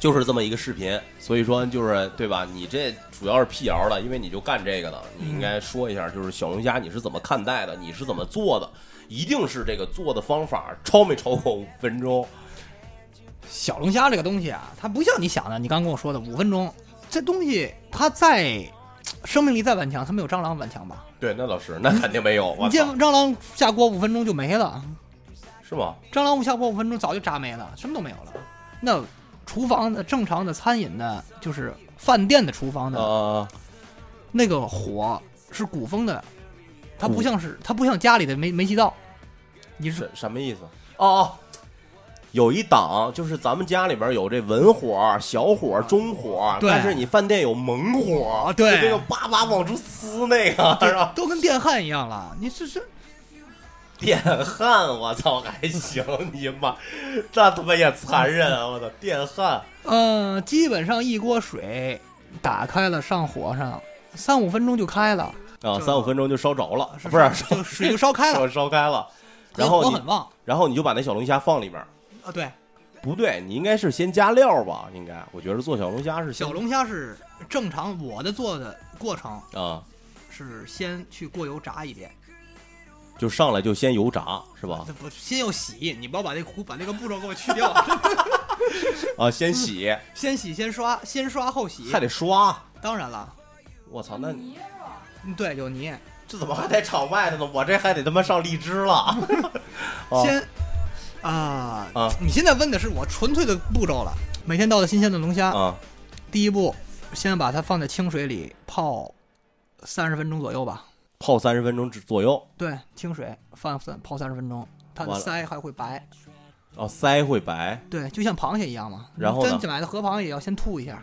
就是这么一个视频，所以说就是对吧？你这主要是辟谣了，因为你就干这个的，你应该说一下，就是小龙虾你是怎么看待的，你是怎么做的，一定是这个做的方法超没超过五分钟？
小龙虾这个东西啊，它不像你想的，你刚跟我说的五分钟，这东西它再生命力再顽强，它没有蟑螂顽强吧？
对，那倒是，那肯定没有，我
你见
操，
蟑螂下锅五分钟就没了，
是吗？
蟑螂不下锅五分钟早就炸没了，什么都没有了。那厨房的正常的餐饮的，就是饭店的厨房的、
呃，
那个火是鼓风的，它
鼓
不像是它不像家里的煤煤气灶，你是
什什么意思？哦哦，有一档就是咱们家里边有这文火、小火、中火，
对啊
但是你饭店有猛火，
对
就那个叭叭往出呲那个是吧？
都跟电焊一样了。你这是
电焊，我操，还行，你妈， 那他妈也残忍啊！我操，电焊，
呃，基本上一锅水打开了上火上，三五分钟就开了，
啊，
就
三五分钟就烧着了，不是烧
就水就烧开
烧
了，
烧开 了，然后
火
你嗯
哎很旺
然后你就把那小龙虾放里边儿。
啊。对，
不对，你应该是先加料吧？应该，我觉得做小龙虾是先
小龙虾是正常我的做的过程
啊，
是先去过油炸一遍，
就上来就先油炸是吧？
这不啊先要洗，你不要把这个把这个步骤给我去 掉，
啊，先洗，
先洗先刷，先刷后 洗
还。得刷。
当然了，
我操，那
嗯对，有泥，
这怎么还得场外的呢？我这还得他妈上荔枝了。哦
先啊
啊
你现在问的是我纯粹的步骤了。每天到的新鲜的龙虾，
啊，
第一步先把它放在清水里泡三十分钟左右吧。
泡三十分钟之左右。
对，清水放三泡三十分钟，它的
完了
鳃还会白。
哦，鳃会白，
对，就像螃蟹一样嘛。
然后呢
真买的河螃蟹也要先吐一下。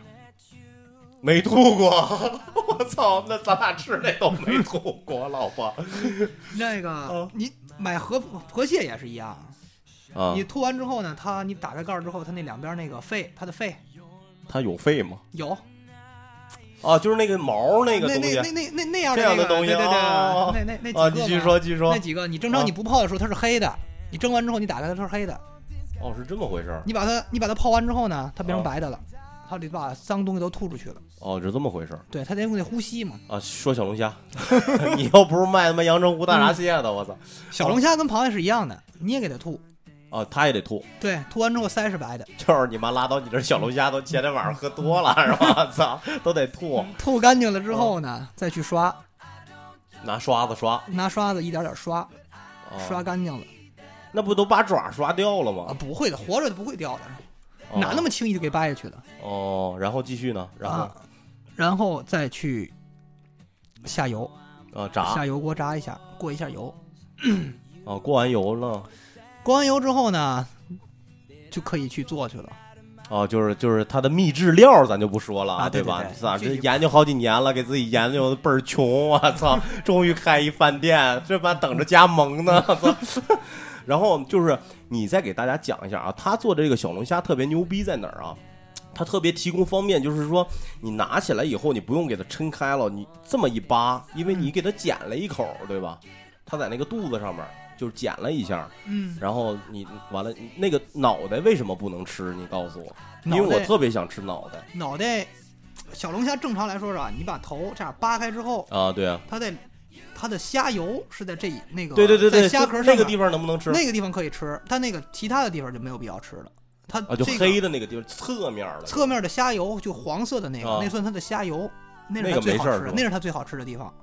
没吐过。 我操，那咱俩吃那都没吐过，老婆。
那个，你买河河蟹也是一样，
啊
你，吐完之后呢，它你打开盖儿之后，它那两边那个肺，它的肺
它有肺吗？
有
啊，就是那个毛那个
那
东西啊
那那那那那样
这样的
那个
东西
对对对，
啊
那那那几个
啊。你继续
吧
说，继续说
那。几个，你正常
啊
你不泡的时候它是黑的，你蒸完之后你打开它是黑的，
哦，是这么回事儿。
你把它你把它泡完之后呢，它变成
啊
白的了，它得把脏东西都吐出去了，
哦，是这么回事儿
对，它得用那呼吸嘛。
啊。说小龙 虾，你要不是卖他妈阳澄湖大闸蟹的，我操。
小龙虾跟螃蟹是一样的，你也给它吐，
啊，它也得吐。
对，吐完之后鳃是白的，
就是你妈拉倒，你这小龙虾都前天晚上喝多 了是吧？操，都得吐，
吐干净了之后
哦
呢，再去刷，
拿刷子刷，
拿刷子一点点刷，
哦
刷干净了
那不都把爪刷掉了
啊，
吗？
不会的，活着的不会掉的，
哦
啊哪那么轻易就给掰下去的？
哦，然后继续呢，然后
啊，然后再去下油，
呃炸
下油锅炸一下，过一下油。
啊，过完油了
过完油之后呢，就可以去做去了。
啊，就是就是它的秘制料咱就不说了
啊对
吧
对？对
咋
具
这
体不
研究好几年了，给自己研究的倍儿穷，我操，终于开一饭店，这妈等着加盟呢，我操。 然后就是你再给大家讲一下啊，他做的这个小龙虾特别牛逼在哪儿啊？他特别提供方便，就是说你拿起来以后，你不用给它抻开了，你这么一扒，因为
嗯
你给它剪了一口，对吧？它在那个肚子上面就是剪了一下，
嗯，
然后你完了，你那个脑袋为什么不能吃？你告诉我，因
脑
为我
袋
特别想吃脑袋
脑袋，小龙虾正常来说是吧？你把头这样扒开之后，
啊，对啊，
它在它的虾油是在这那个
对对对对，
在虾
就
壳
那
上
个
面
地方能不能吃？
那个地方可以吃，但那个其他的地方就没有必要吃了。它
啊，就
这个
黑的那个地方，侧面的
侧面的虾油，就黄色的那个，
啊
那算它的虾油，那是
那
它
个
最
没
好
事儿
吃
是
的
吧，
那是它最好吃的地方。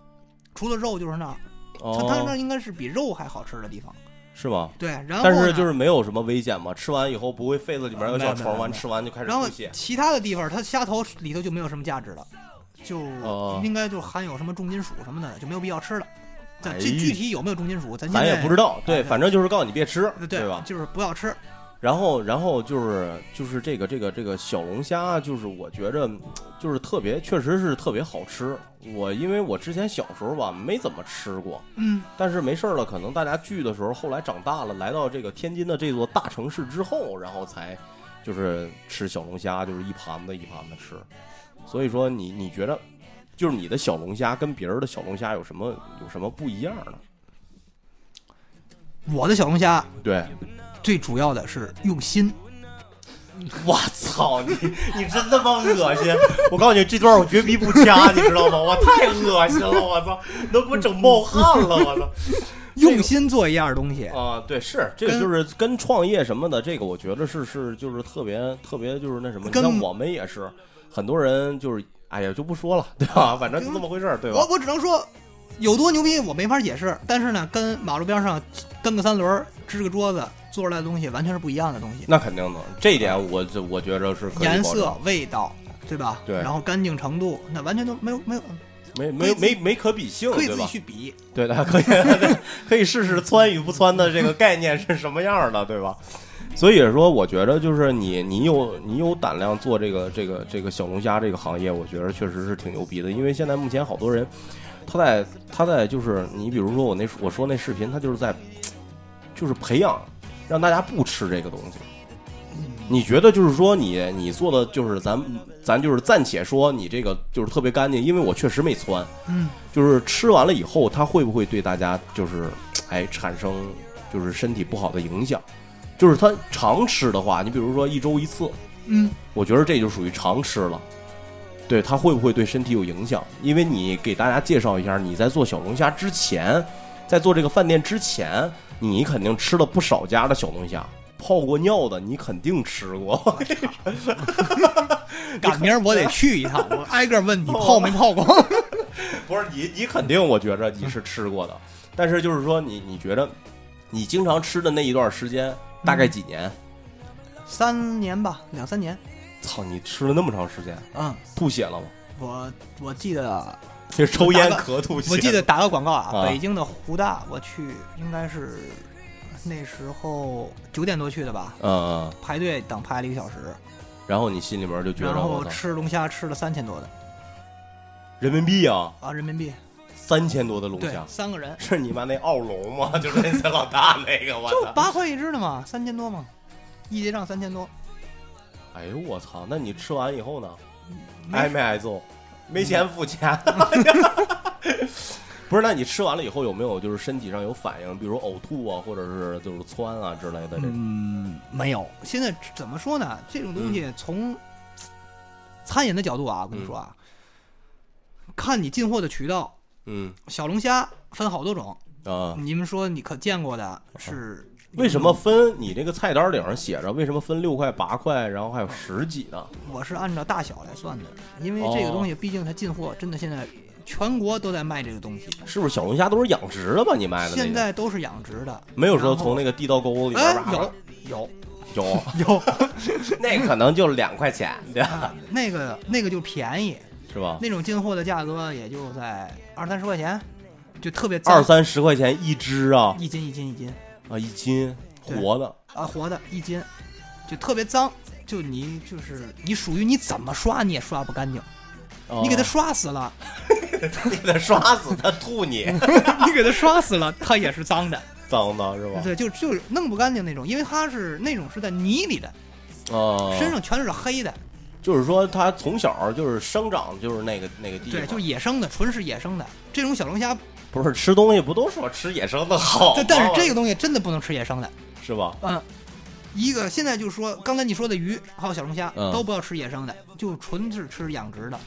除了肉就是那儿，它它那
哦，
儿应该是比肉还好吃的地方。
是吗？
对，然后
但是
呢
就是没有什么危险嘛，吃完以后不会肺子里面有小虫，
没有没有
完
没有
吃完就开始
然后
吐血。
其他的地方，它虾头里头就没有什么价值了，就
哦
应该就含有什么重金属什么的，就没有必要吃了。但
哎
这具体有没有重金属，咱
咱也不知
道，
道， 对，
对
反正就是告诉你别吃，
对
吧？
就是不要吃。
然后，然后就是就是这个这个这个小龙虾，就是我觉着嗯就是特别，确实是特别好吃。我因为我之前小时候吧没怎么吃过，
嗯，
但是没事儿了，可能大家聚的时候，后来长大了，来到这个天津的这座大城市之后，然后才就是吃小龙虾，就是一盘子一盘子吃。所以说你，你觉得就是你的小龙虾跟别人的小龙虾有什么有什么不一样呢？
我的小龙虾
对，
最主要的是用心，
我操你！你真他妈恶心！ 我告诉你，这段我绝逼不掐，你知道吗？我太恶心了，我操，都给我整冒汗了，我操！
用心做一样东西。
啊，对，是这个
跟
就是跟创业什么的，这个我觉得是是就是特别特别就是那什么，你
跟
像我们也是，很多人就是哎呀就不说了，对吧？反正就这么回事儿，对吧
我？我只能说，有多牛逼我没法解释。但是呢，跟马路边上蹬个三轮儿、支个桌子做出来的东西完全是不一样的东西，
那肯定的，这一点我就我觉着是可以
颜
保
色
证、
味道，对吧？
对
然后干净程度，那完全都没有没有，
没没没没可比性，
可以
对
自己
吧？
去 比。
对的，可以对可以试试窜与不窜的这个概念是什么样儿的，对吧？所以说，我觉得就是你，你有你有胆量做这个这个这个小龙虾这个行业，我觉得确实是挺牛逼的。因为现在目前好多人，他在他在就是你比如说我那我说那视频，他就是在就是培养让大家不吃这个东西。你觉得就是说你你做的就是咱咱就是暂且说你这个就是特别干净，因为我确实没窜，
嗯，
就是吃完了以后，它会不会对大家就是哎产生就是身体不好的影响？就是它常吃的话，你比如说一周一次，
嗯，
我觉得这就属于常吃了。对它会不会对身体有影响？因为你给大家介绍一下，你在做小龙虾之前，在做这个饭店之前，你肯定吃了不少家的小龙虾，泡过尿的你肯定吃过。
赶明儿我得去一趟， 我挨个
哦
问你泡没泡过。
不是你，你肯定，我觉着你是吃过的，但是就是说你，你觉得你经常吃的那一段时间，大概几年？
三年吧，两三年。
操，你吃了那么长时间，
嗯，
吐血了吗？
我我记得，
这抽烟
大概
咳吐血，
我记得打个广告
啊
啊，北京的湖大，我去应该是那时候九点多去的吧，
嗯，嗯，
排队等排了一个小时，
然后你心里面就觉
然
着我
后
操，
吃龙虾吃了三千多的
人民币啊，
啊人民币，
三千多的龙
对
虾，，
三个 人
是你妈那奥龙吗？ 就是那次老大那个，我
就
操！
八块一只的嘛，三千多嘛，一结账三千多，
哎呦我操，那你吃完以后呢？
没
挨没挨揍？没钱付 钱。不是，那你吃完了以后有没有就是身体上有反应，比如呕吐啊，或者是就是窜啊之类的这种？
嗯，没有。现在怎么说呢？这种东
嗯
西从餐饮的角度啊，我跟你说啊，看你进货的渠道，
嗯
小龙虾分好多种。
啊，
你们说你可见过的是
为什么？分你这个菜单顶上写着为什么分六块八块，然后还有十几呢？
我是按照大小来算的，因
哦
为这个东西毕竟它进货真的现在全国都在卖这个东西，
是不是小龙虾都是养殖的吧？你卖的那个
现在都是养殖的，
没有说
然后
从那个地道沟里边
哎
挖
有有
有，
有
那可能就两块钱，对吧？
啊，那个那个就便宜，
是吧？
那种进货的价格也就在二三十块钱，就特别脏
二三十块钱一只啊
一斤一斤一斤
啊一斤
对
活的，
啊，活的一斤，就特别脏，就你就是你属于你怎么刷你也刷不干净，
啊
你给它刷死了，
你给它刷死，它吐你。
你给它刷死了，它也是脏的，
脏的是吧？
对，就就是弄不干净那种，因为它是那种是在泥里的，
啊，
身上全是黑的，
就是说他从小就是生长就是那个那个地方，
对，就是野生的，纯是野生的。这种小龙虾，
不是吃东西不都说吃野生的好吗
但但是这个东西真的不能吃野生的，
是吧？
嗯。一个现在就是说，刚才你说的鱼还有小龙虾、
嗯
都不要吃野生的，就纯是吃养殖的。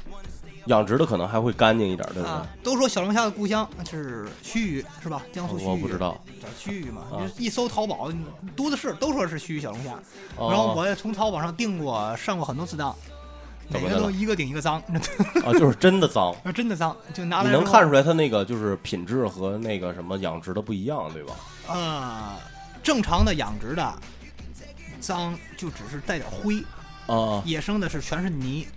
养殖的可能还会干净一点，对不对？
啊，都说小龙虾的故乡是盱眙，是吧？江苏盱眙、
嗯我不知，道，
盱眙嘛，
啊
就是一搜淘宝多的是，都说是盱眙小龙虾。
哦
然后我也从淘宝上订过，上过很多次当，
怎
每
么
个
的
都
了
一个顶一个脏，
啊，就是真的 脏。
真的脏，就拿
你
来
能
之后
看出来它那个就是品质和那个什么养殖的不一样，对吧？
啊、正常的养殖的脏就只是带点灰，
啊，
野生的是全是泥。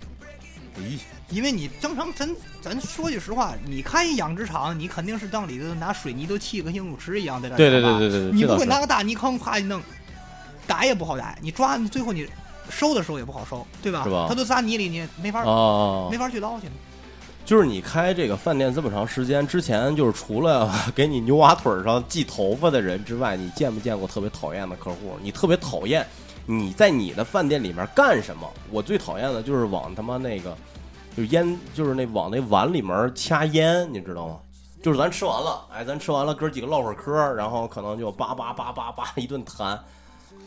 咦，
因为你正常，咱咱说句实话，你开一养殖场，你肯定是当里头拿水泥都砌个像泳池一样在那儿
对对
养吧
对对对对
你
这
不
倒
会
是
拿个大泥坑啪一弄，逮也不好逮，你抓最后你收的时候也不好收，对吧？
是吧
它都扎泥里，你也没法、
啊
没，法去捞去。
就是你开这个饭店这么长时间之前，就是除了 给你牛蛙腿儿上系头发的人之外，你见没见过特别讨厌的客户？你特别讨厌你在你的饭店里面干什么？我最讨厌的就是往他妈那个就烟，就是那往那碗里面掐烟，你知道吗？就是咱吃完了，哎，咱吃完了，哥几个唠会儿嗑儿，然后可能就叭叭叭叭叭一顿谈。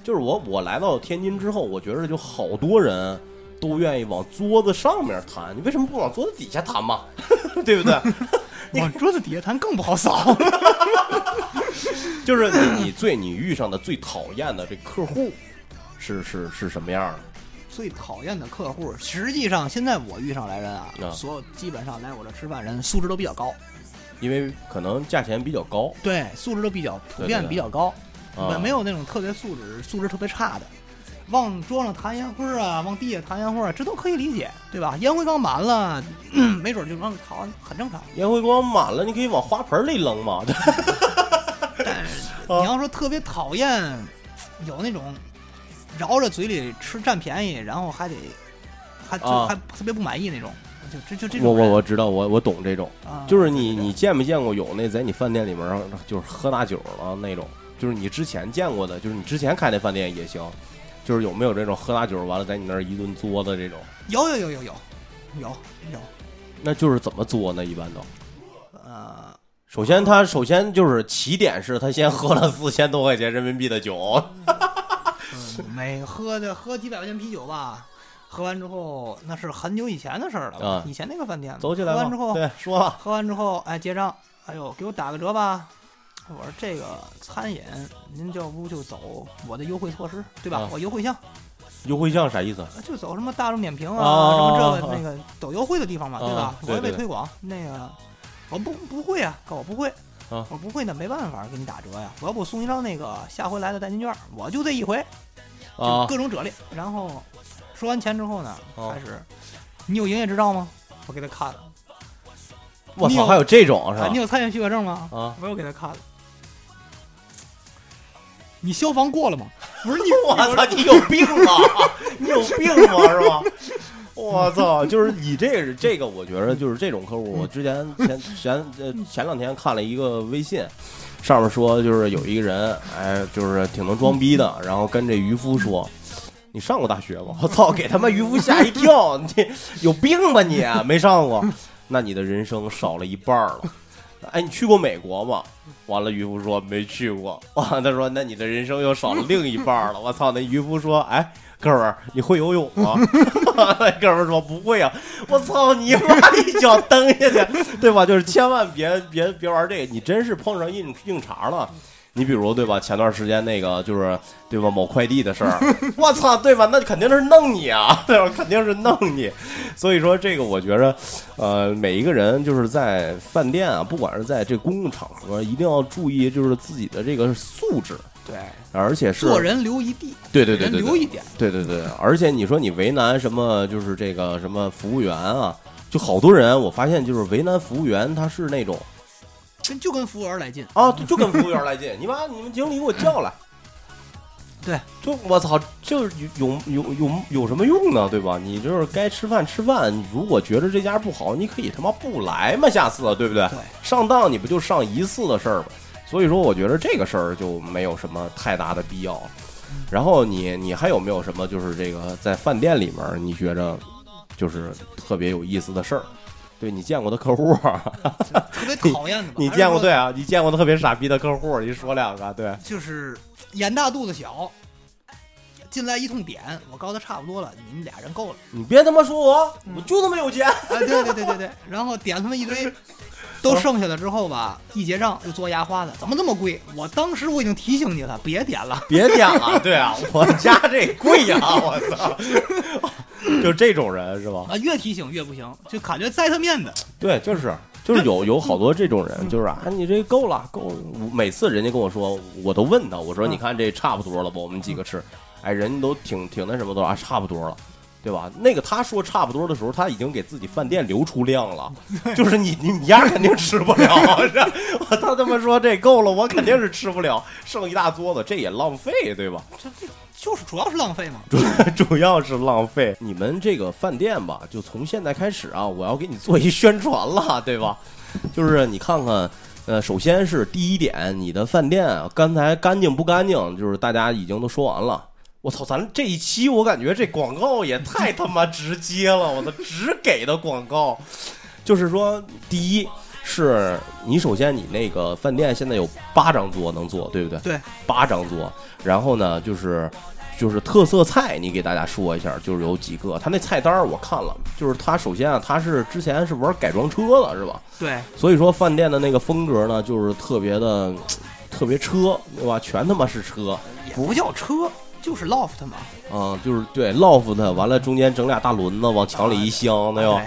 就是我我来到天津之后，我觉着就好多人都愿意往桌子上面谈，你为什么不往桌子底下谈嘛？ 对不对？
往桌子底下摊更不好扫。
就是你你最你遇上的最讨厌的这客户是是是什么样的？
最讨厌的客户，实际上现在我遇上来人啊，
啊
所有基本上来我这吃饭人素质都比较高，
因为可能价钱比较高
对，素质都比较普
对
遍
对
比较高，
啊
没有那种特别素质素质特别差的。往桌上弹烟灰儿啊，往地下弹烟灰儿啊，这都可以理解，对吧？烟灰缸满了， 咳没准儿就往好，很正常。
烟灰缸满了，你可以往花盆里扔嘛。
你要说特别讨厌，有那种饶着嘴里吃占便宜，然后还得还就、
啊
还特别不满意那种，就这就这
我
种
我
人
我知道，我我懂这种，
啊
就是你你见没见过有那在你饭店里面儿就是喝大酒了那种，就是你之前见过的，就是你之前开那饭店也行，就是有没有这种喝大酒完了在你那儿一顿作的这种？
有有有有有有有，
那就是怎么作呢？一般都，
呃，
首先他首先就是起点是他先喝了四千多块钱人民币的酒，
嗯每喝的喝几百块钱啤酒吧，喝完之后那是很久以前的事儿了，
啊
以前那个饭店
走起来
喝
吧
完之后，
对，啊说吧
喝完之后，哎，结账，哎呦，给我打个折吧。我说这个餐饮，您要不就走我的优惠措施，对吧？
啊
我优惠项
优惠项啥意思？
就走什么大众点评啊，
啊
什么这
啊
个
啊
那个走优惠的地方嘛，对吧？
啊对
我也
对
为推广那个，我不不会啊，哥我不会。
啊
我不会那没办法，给你打折呀！我要不送一张那个下回来的代金券，我就这一回，就
啊
各种折裂。然后收完钱之后呢，
哦
开始，你有营业执照吗？我给他看了。
我
你有
操，还有这种是
啊，你
吧？
有餐饮许可证吗？
啊，
我又给他看了。你消防过了吗？不 是你，
我操，你有病吧？你有病吧？是吧？我操，就是你这个这个，我觉得就是这种客户。我之前前前呃前两天看了一个微信，上面说就是有一个人，哎，就是挺能装逼的，然后跟这渔夫说。你上过大学吗？我操，给他妈渔夫吓一跳！你有病吧你？啊没上过， 那你的人生少了一半儿了。 哎，你去过美国吗？完了，渔夫说没去过。 哇，他说那你的人生又少了另一半儿了。我 操，那渔夫说，哎，哥们儿，你会游泳吗？ 哥们儿说不会啊。我操你妈！一脚蹬下去，对吧？就是千万别别别玩这个，你真是碰上硬硬茬了。你比如对吧？前段时间那个就是对吧？某快递的事儿， 我操，对吧？那肯定是弄你啊， 对吧？肯定是弄你。所以说这个，我觉着，呃，每一个人就是在饭店啊，不管是在这公共场合，一定要注意就是自己的这个素质，
对，
而且是
做人留一地，
对对对
人
对
留
对
一点。
对对对，而且你说你为难什么，就是这个什么服务员啊，就好多人，我发现就是为难服务员，他是那种
跟就跟服务员来劲。
啊，就就跟服务员来劲，你把你们经理给我叫来。
对，
就我操，就是有有有有有什么用呢？对吧？你就是该吃饭吃饭，你如果觉得这家不好，你可以他妈不来嘛，下次对不对？
对
上当你不就上一次的事儿吗？所以说，我觉得这个事儿就没有什么太大的必要了。然后你你还有没有什么就是这个在饭店里面儿你觉着就是特别有意思的事儿？对你见过的客户儿，
特 别讨厌的吧？
你
还是
见过
说
对？啊？你见过特别傻逼的客户儿，你说两个对。
就是眼大肚子小，进来一通点，我告诉他差不多了，你们俩人够了。
你别他妈说我，我就他妈有钱。
啊，对对对对对，然后点他们一堆，都剩下了之后吧，一结账就做牙花子，怎么这么贵？我当时我已经提醒你了，别点了。
别点了，对啊，我家这贵呀、我操，就这种人是吧？
啊，越提醒越不行，就感觉栽他面子。
对，就是就是有有好多这种人，就是啊，你这够了，够了。每次人家跟我说，我都问他，我说
嗯
你看这差不多了吧？我们几个吃，哎，人家都挺挺那什么的啊，差不多了。对吧？那个他说差不多的时候，他已经给自己饭店留出量了，就是你你你丫肯定吃不了， 是吧我他他妈说这够了，我肯定是吃不了，剩一大桌子，这也浪费，对吧？
这这就是主要是浪费嘛。
主 主要是浪费。你们这个饭店吧，就从现在开始啊，我要给你做一宣传了，对吧？就是你看看，呃，首先是第一点，你的饭店啊，刚才干净不干净，就是大家已经都说完了。我操，咱这一期我感觉这广告也太他妈直接了，我的只给的广告，就是说，第一是你首先你那个饭店现在有八张桌能坐，对不对？
对，
八张桌，然后呢就是。就是特色菜，你给大家说一下，就是有几个。他那菜单儿我看了，就是他首先啊，他是之前是玩改装车了，是吧？
对，
所以说饭店的那个风格呢，就是特别的，特别车，对吧？全他妈是车，
也不叫车，就是 loft 嘛。
啊，就是对 loft，完了中间整俩大轮子往墙里一镶，对吧？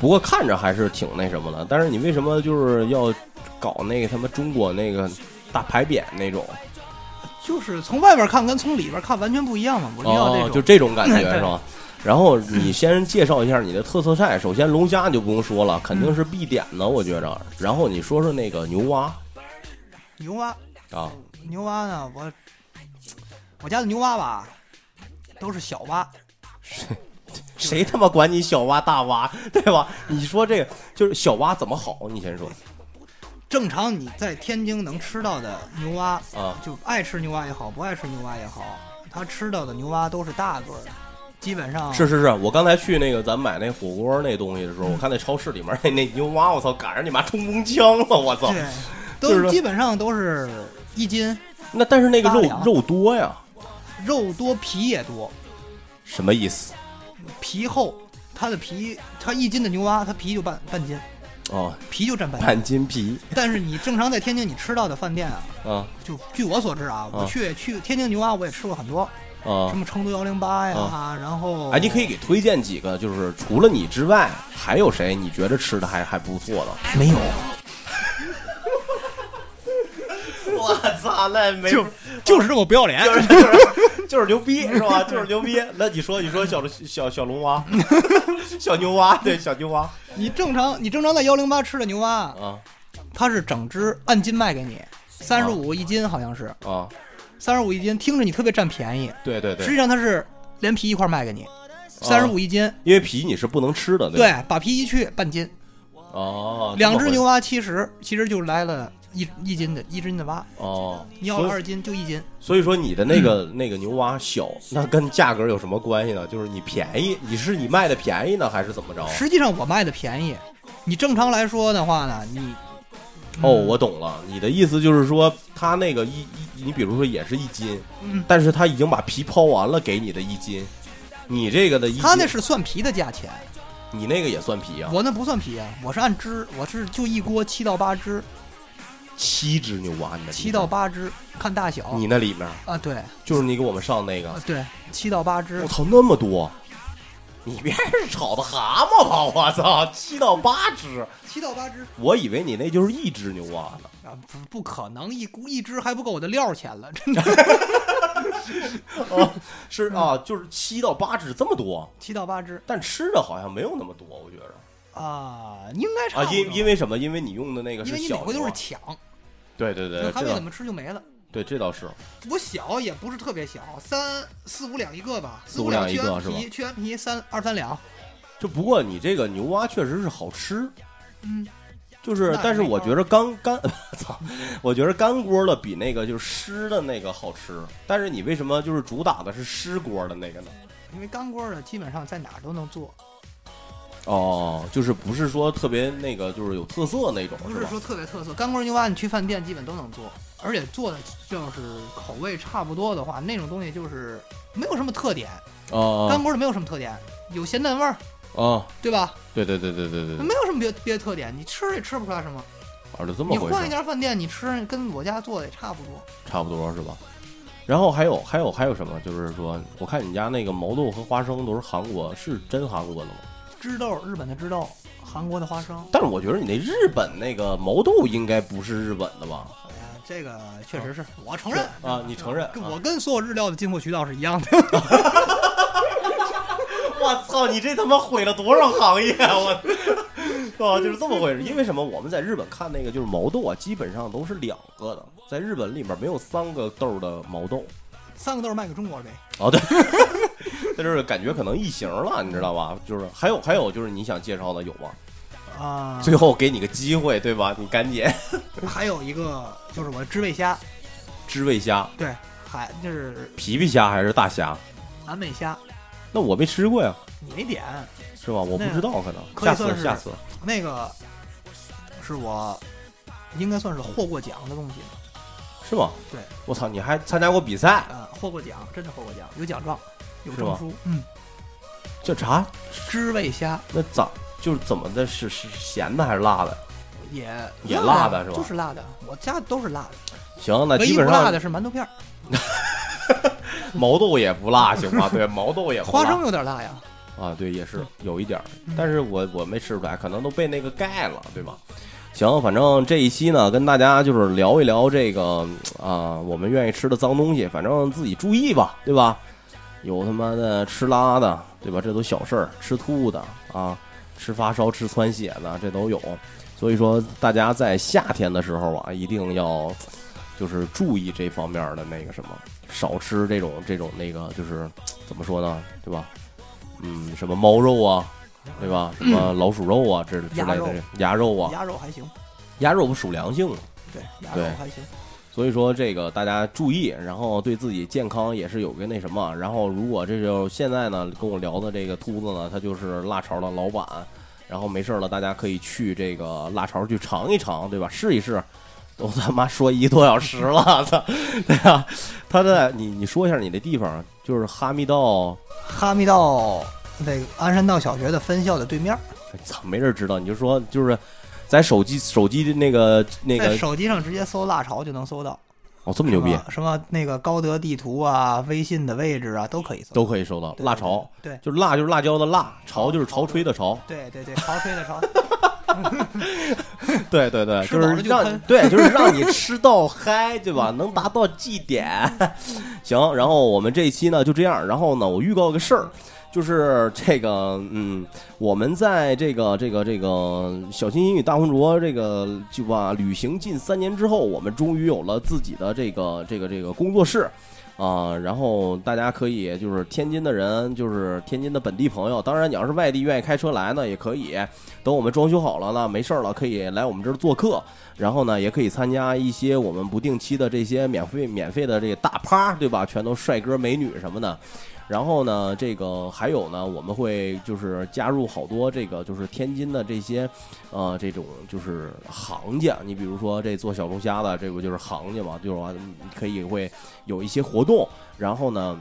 不过看着还是挺那什么的。但是你为什么就是要搞那个他妈中国那个大牌匾那种？
就是从外边看跟从里边看完全不一样嘛。我就要这
哦，
种，
就这种感觉
对
是吧？然后你先介绍一下你的特色菜，首先龙虾你就不用说了，肯定是必点的，我觉着。然后你说说那个牛蛙
牛蛙，
啊，
牛蛙呢，我我家的牛蛙吧，都是小蛙，
谁他妈管你小蛙大蛙， 对吧？你说这个就是小蛙怎么好？你先说
正常你在天津能吃到的牛蛙，
啊
就爱吃牛蛙也好，不爱吃牛蛙也好，他吃到的牛蛙都是大个儿的，基本上
是是是，我刚才去那个咱买那火锅那东西的时候，
嗯
我看那超市里面那那牛蛙，我操，赶上你妈冲锋枪了，我操！
对，
就是
都
说
基本上都是一斤，
那但是那个
八
肉
两
肉多呀，
肉多皮也多，
什么意思？
皮厚，它的皮，它一斤的牛蛙，它皮就半半斤，
哦，
皮就占半斤。
半斤皮
但是你正常在天津你吃到的饭店啊，
啊
就据我所知啊，我
啊
去去天津牛蛙我也吃过很多，
啊
什！么成都幺零八呀，然后
哎，你可以给推荐几个，就是除了你之外，还有谁你觉得吃的还还不错的？
没有，
我操，那没
就就是这么不要脸，
就是就是就是牛逼是吧？就是牛逼。那你说你说小小小龙蛙，小牛蛙，对小牛蛙
你正常，你正常在幺零八吃的牛蛙，
啊
它是整只按斤卖给你，三十
哦
五一斤好像是，
啊，
三十五一斤，听着你特别占便宜，
对对对哦
实际，上它是连皮一块卖给你，三十五一斤，
因为皮你是不能吃的，吧
对，把皮一去半斤，
哦，
两只牛
蛙
蛙七十，其实就来了一一斤的一斤的蛙，
哦，
你要了
所以
二斤就一斤，
所以说你的那个、那个牛蛙小，那跟价格有什么关系呢？就是你便宜，你是你卖的便宜呢，还是怎么着？
实际上我卖的便宜，你正常来说的话呢，你
哦，
嗯
我懂了，你的意思就是说，它那个一一，你比如说也是一斤，
嗯
但是它已经把皮抛完了，给你的一斤，你这个的一斤，
他那是算皮的价钱，
你那个也算皮啊？
我那不算皮啊，我是按只，我是就一锅七到八只，
七只牛蛙，你的
七到，八只看大小，
你那里面
啊对。
就是你给我们上那个
啊，，对，七到八只
我。操，那么多。你别是炒的蛤蟆吧？我操，七到八只，
七到八只
我以为你那就是一只牛蛙呢。
啊，不不可能，一股一只还不够我的料钱了，真的。
啊， 是啊，就是七到八只这么多，
七到八只
但吃的好像没有那么多，我觉着
啊，应该差
啊
不，多。
因因为什么？因为你用的呃那个
因
是
为你每
小
回
牛啊
都
蛙，
是抢，
对对对，
那
这
咖啡怎
倒
么吃就没了。
对这倒是，
我小也不是特别小，三四五两一个吧，
四五两一
去
个
完
是吧
皮去完皮三二三两，
就不过你这个牛蛙确实是好吃，
嗯，
就是
那
但是
没
我
法
觉着干干， 操，我觉着干锅的比那个就是湿的那个好吃，但是你为什么就是主打的是湿锅的那个呢？
因为干锅的基本上在哪儿都能做，
哦，就是不是说特别那个就是有特色那种
不
是
是
吧？
说特别特色。干锅牛蛙你去饭店基本都能做，而且做的要是口味差不多的话，那种东西就是没有什么特点，干
哦
锅的没有什么特点，有咸淡味儿，
哦，
对吧？
对对对对对对，对
没有什么别别的特点，你吃也吃不出来什么。
啊，就这么
你
回
换一
事，
家饭店，你吃跟我家做的也差不多。
差不多是吧？
嗯
然后还有还有还有什么？就是说，我看你家那个毛豆和花生都是韩国，是真韩国的吗？
知豆，日本的知豆，韩国的花生。
但是我觉得你那日本那个毛豆应该不是日本的吧？
哎呀这个确实是我承认，
啊，你承认？
跟我跟所有日料的进货渠道是一样的。
我操，你这他妈毁了多少行业啊！我， 哦，就是这么回事。因为什么？我们在日本看那个就是毛豆啊，基本上都是两个的，在日本里面没有三个豆儿的毛豆。
三个豆儿卖给中国呗，
哦，对，在这儿感觉可能异形了，你知道吧？就是还有还有就是你想介绍的有吗？
啊、
最后给你个机会，对吧？你赶紧
还有一个就是我的知味虾，
知味虾、
对，海就是
皮皮虾还是大虾？
南美虾，
那我没吃过呀，
你没点
是吧？我不知道，可能
可以
下
算
次
是
下次
那个，是我应该算是获过奖的东西
是吗？
对，
我操，你还参加过比赛？
啊，获过奖，真的获过奖，有奖状，有
是吗
证书，嗯，
这啥？
知味虾
那咋就是怎么的？是是咸的还是辣的？
也
也辣
辣
的是吧
就是辣的，我家的都是辣的，
行，那
唯
基
一不
本
辣
上
的是馒头片儿，
毛豆也不辣，行吧？对，毛豆也不辣
花生有点辣呀，
啊，对，也是有一点儿
嗯，
但是我我没吃出来，可能都被那个盖了，对吧？行，反正这一期呢，跟大家就是聊一聊这个啊、我们愿意吃的脏东西，反正自己注意吧，对吧？有他妈的吃拉的，对吧？这都小事儿，吃吐的啊，吃发烧、吃窜血的，这都有。所以说，大家在夏天的时候啊，一定要就是注意这方面的那个什么，少吃这种这种那个，就是怎么说呢，对吧？嗯，什么猫肉啊，对吧？什么老鼠肉啊，之之类的
嗯鸭肉
鸭肉啊，
鸭肉还行，
鸭肉不属凉性吗？
对，鸭
对
肉还行，
所以说这个大家注意，然后对自己健康也是有个那什么。然后如果这就现在呢，跟我聊的这个秃子呢，他就是辣潮的老板。然后没事儿了，大家可以去这个辣潮去尝一尝，对吧？试一试。都他妈说一个多小时了，操！对啊，他在你你说一下你的地方，就是哈密道，
哈密道那个鞍山道小学的分校的对面儿，
哎操，没人知道，你就说就是在手机手机的那个那
在
个，
手机上直接搜“辣潮”就能搜到。
哦，这么牛逼
什，么什么那个高德地图啊、微信的位置啊，都可以搜。
都可以收到
对
辣潮，，
对
就是辣就是辣椒的辣，潮就是潮吹的潮，
对对对，潮吹的潮，
对对对，
吃
就
饱
是
了就
让
喷
对，就是让你吃到嗨， 对吧？能达到绩点， 行。然后我们这一期呢就这样。然后呢，我预告个事儿，就是这个，嗯，我们在这个这个这个小清新与大浑浊这个就吧旅行近三年之后，我们终于有了自己的这个这个这个工作室。啊，然后大家可以就是天津的人，就是天津的本地朋友，当然你要是外地愿意开车来呢，也可以。等我们装修好了呢，没事儿了，可以来我们这儿做客，然后呢，也可以参加一些我们不定期的这些免费免费的这个大趴，对吧？全都帅哥美女什么的。然后呢，这个还有呢，我们会就是加入好多这个就是天津的这些，呃，这种就是行家。你比如说这做小龙虾的，这不就是行家嘛？就是说你可以会有一些活动，然后呢，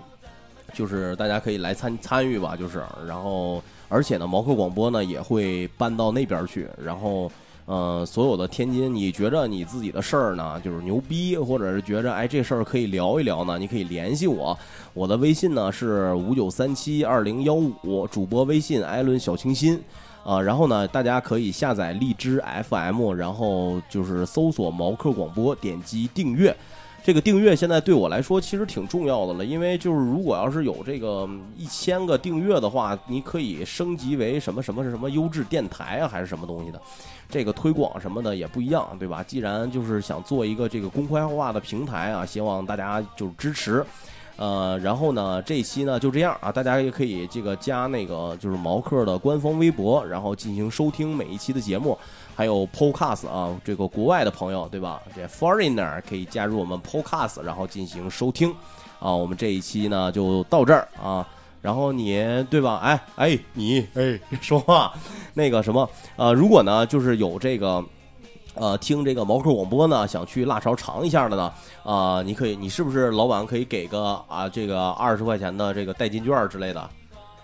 就是大家可以来参参与吧，就是然后而且呢，毛科广播呢也会搬到那边去，然后。呃，所有的天津，你觉着你自己的事儿呢，就是牛逼，或者是觉着哎这事儿可以聊一聊呢，你可以联系我，我的微信呢是五九三七二零幺五，主播微信艾伦小清新。啊，然后呢，大家可以下载荔枝 FM，然后就是搜索毛克广播，点击订阅。这个订阅现在对我来说其实挺重要的了，因为就是如果要是有这个一千个订阅的话，你可以升级为什么什么什么优质电台啊，还是什么东西的，这个推广什么的也不一样，对吧？既然就是想做一个这个公开化的平台啊，希望大家就是支持。呃，然后呢，这一期呢就这样啊，大家也可以这个加那个就是毛克的官方微博，然后进行收听每一期的节目，还有 Podcast 啊，这个国外的朋友对吧？这 Foreigner 可以加入我们 Podcast，然后进行收听啊。我们这一期呢就到这儿啊，然后你对吧？哎哎，你哎说话那个什么呃，如果呢就是有这个。呃，听这个毛克广播呢，想去辣潮尝一下的呢，啊、你可以，你是不是老板可以给个啊这个二十块钱的这个代金券儿之类的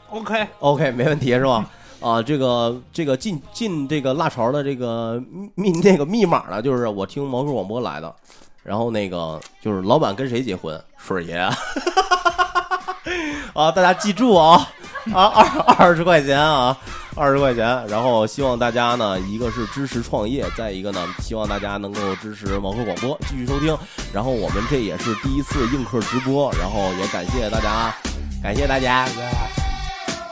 OK，
？OK，没问题是吧？啊，这个这个进进这个辣潮的这个密那个密码呢，就是我听毛叔广播来的，然后那个就是 老板跟谁结婚，水儿爷啊，大家记住啊、啊，二二十块钱啊，二十块钱。然后希望大家呢，一个是支持创业，再一个呢，希望大家能够支持毛科广播继续收听。然后我们这也是第一次映客直播，然后也感谢大家，感谢大家。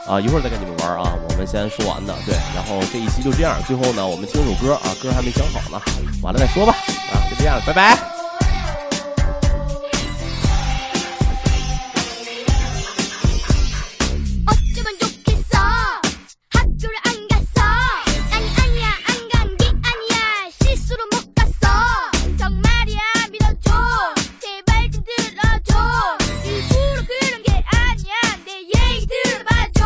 啊，一会儿再跟你们玩啊，我们先说完的，对，然后这一期就这样，最后呢，我们听首歌啊，歌还没想好呢，完了再说吧，啊，就这样，拜拜。
어쩌면 좋겠어 학교를 안 갔어 아니 아니야 안 간 게 아니야 실수로 못 갔어 정말이야 믿어줘 제발 좀 들어줘 일부러 그런 게 아니야 내 얘기 들어봐줘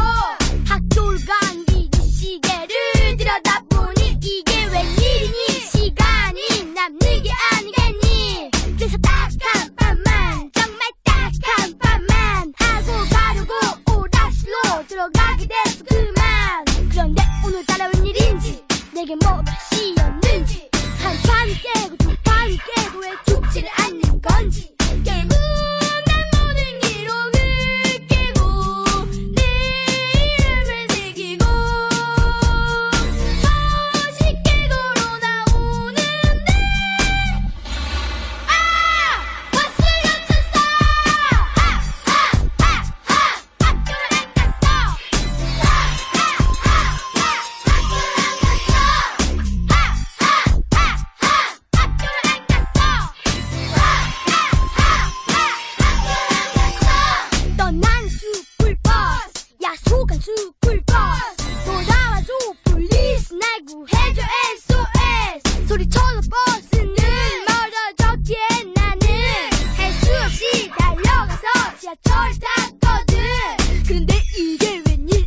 학교를 간뒤 네 시계를 들여다보니 이게 웬일이니 시간이 남는 게 아니겠니 그래서 딱한 밤만 정말 딱한 밤만 하고 가려고 오락실로 들어가게 됐어 그만 그런데 오늘따라 웬일인지 내게 뭐가 씌었는지 한판 깨고 두판 깨고 왜 죽지를 않는 건지 결국 난 모든 기록을 깨고 내 이름을 새기고 멋있게 걸어나오는데 아! 버스 멈췄어! 아! 아! 아! 아! 학교를 안 갔어! 아! 아! 아! 아! 학교를 안 갔어! 아! 아! 아! 아! 학교를 안 갔어! 아! 아! 아! 아! 학교를 안 갔어! 떠난 스쿨버스 약속한 스쿨버스 돌아와줘 폴리스 날 구해줘 SOS 소리쳐서 버스는 멀어졌기에 나는 할 수 없이 달려가서 지하철 탔거든 그런데 이게 웬일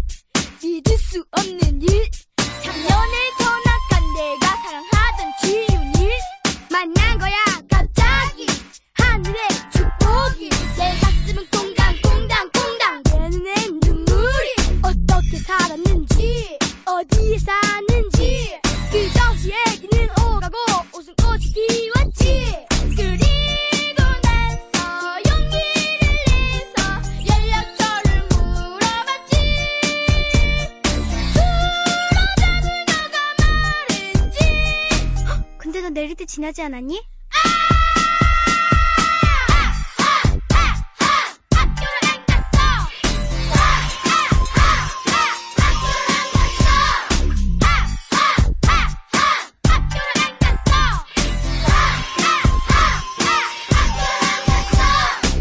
믿을 수 없는 일 작년에 전학간 내가 사랑하던 지윤이 만난 거야 갑자기 하늘의 축복이 내 가슴은 꽁당꽁당꽁당 되는 내 눈물이 어떻게 살았는지 어디에 사는지 그저씨 얘기는 오가고 웃음꽃이 피웠지 그리고 나서 용기를 내서 연락처를 물어봤지 돌아가는 너가 말했지 어, 근데 너 내릴 때 지나지 않았니?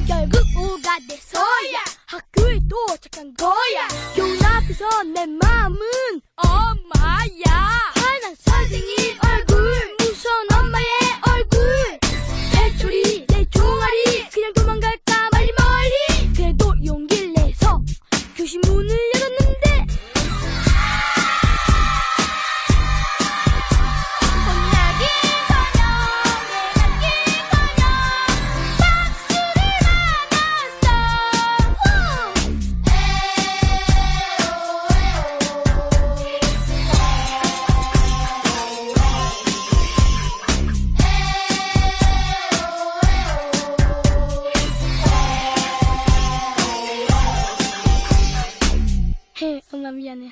결국 우가 돼서야 학교에 도착한 거야 교문 앞에서 내 마음은 엄마야 화난 선생님 얼굴 무서운 엄마의 얼굴 배추리 내 종아리 그냥 도망갈까 말리 멀리 그래도 용기를 내서 교실 문을 열었는데 혼나길거려 내가길거려 박수를 받았어 에오 에오 엄마 미안해.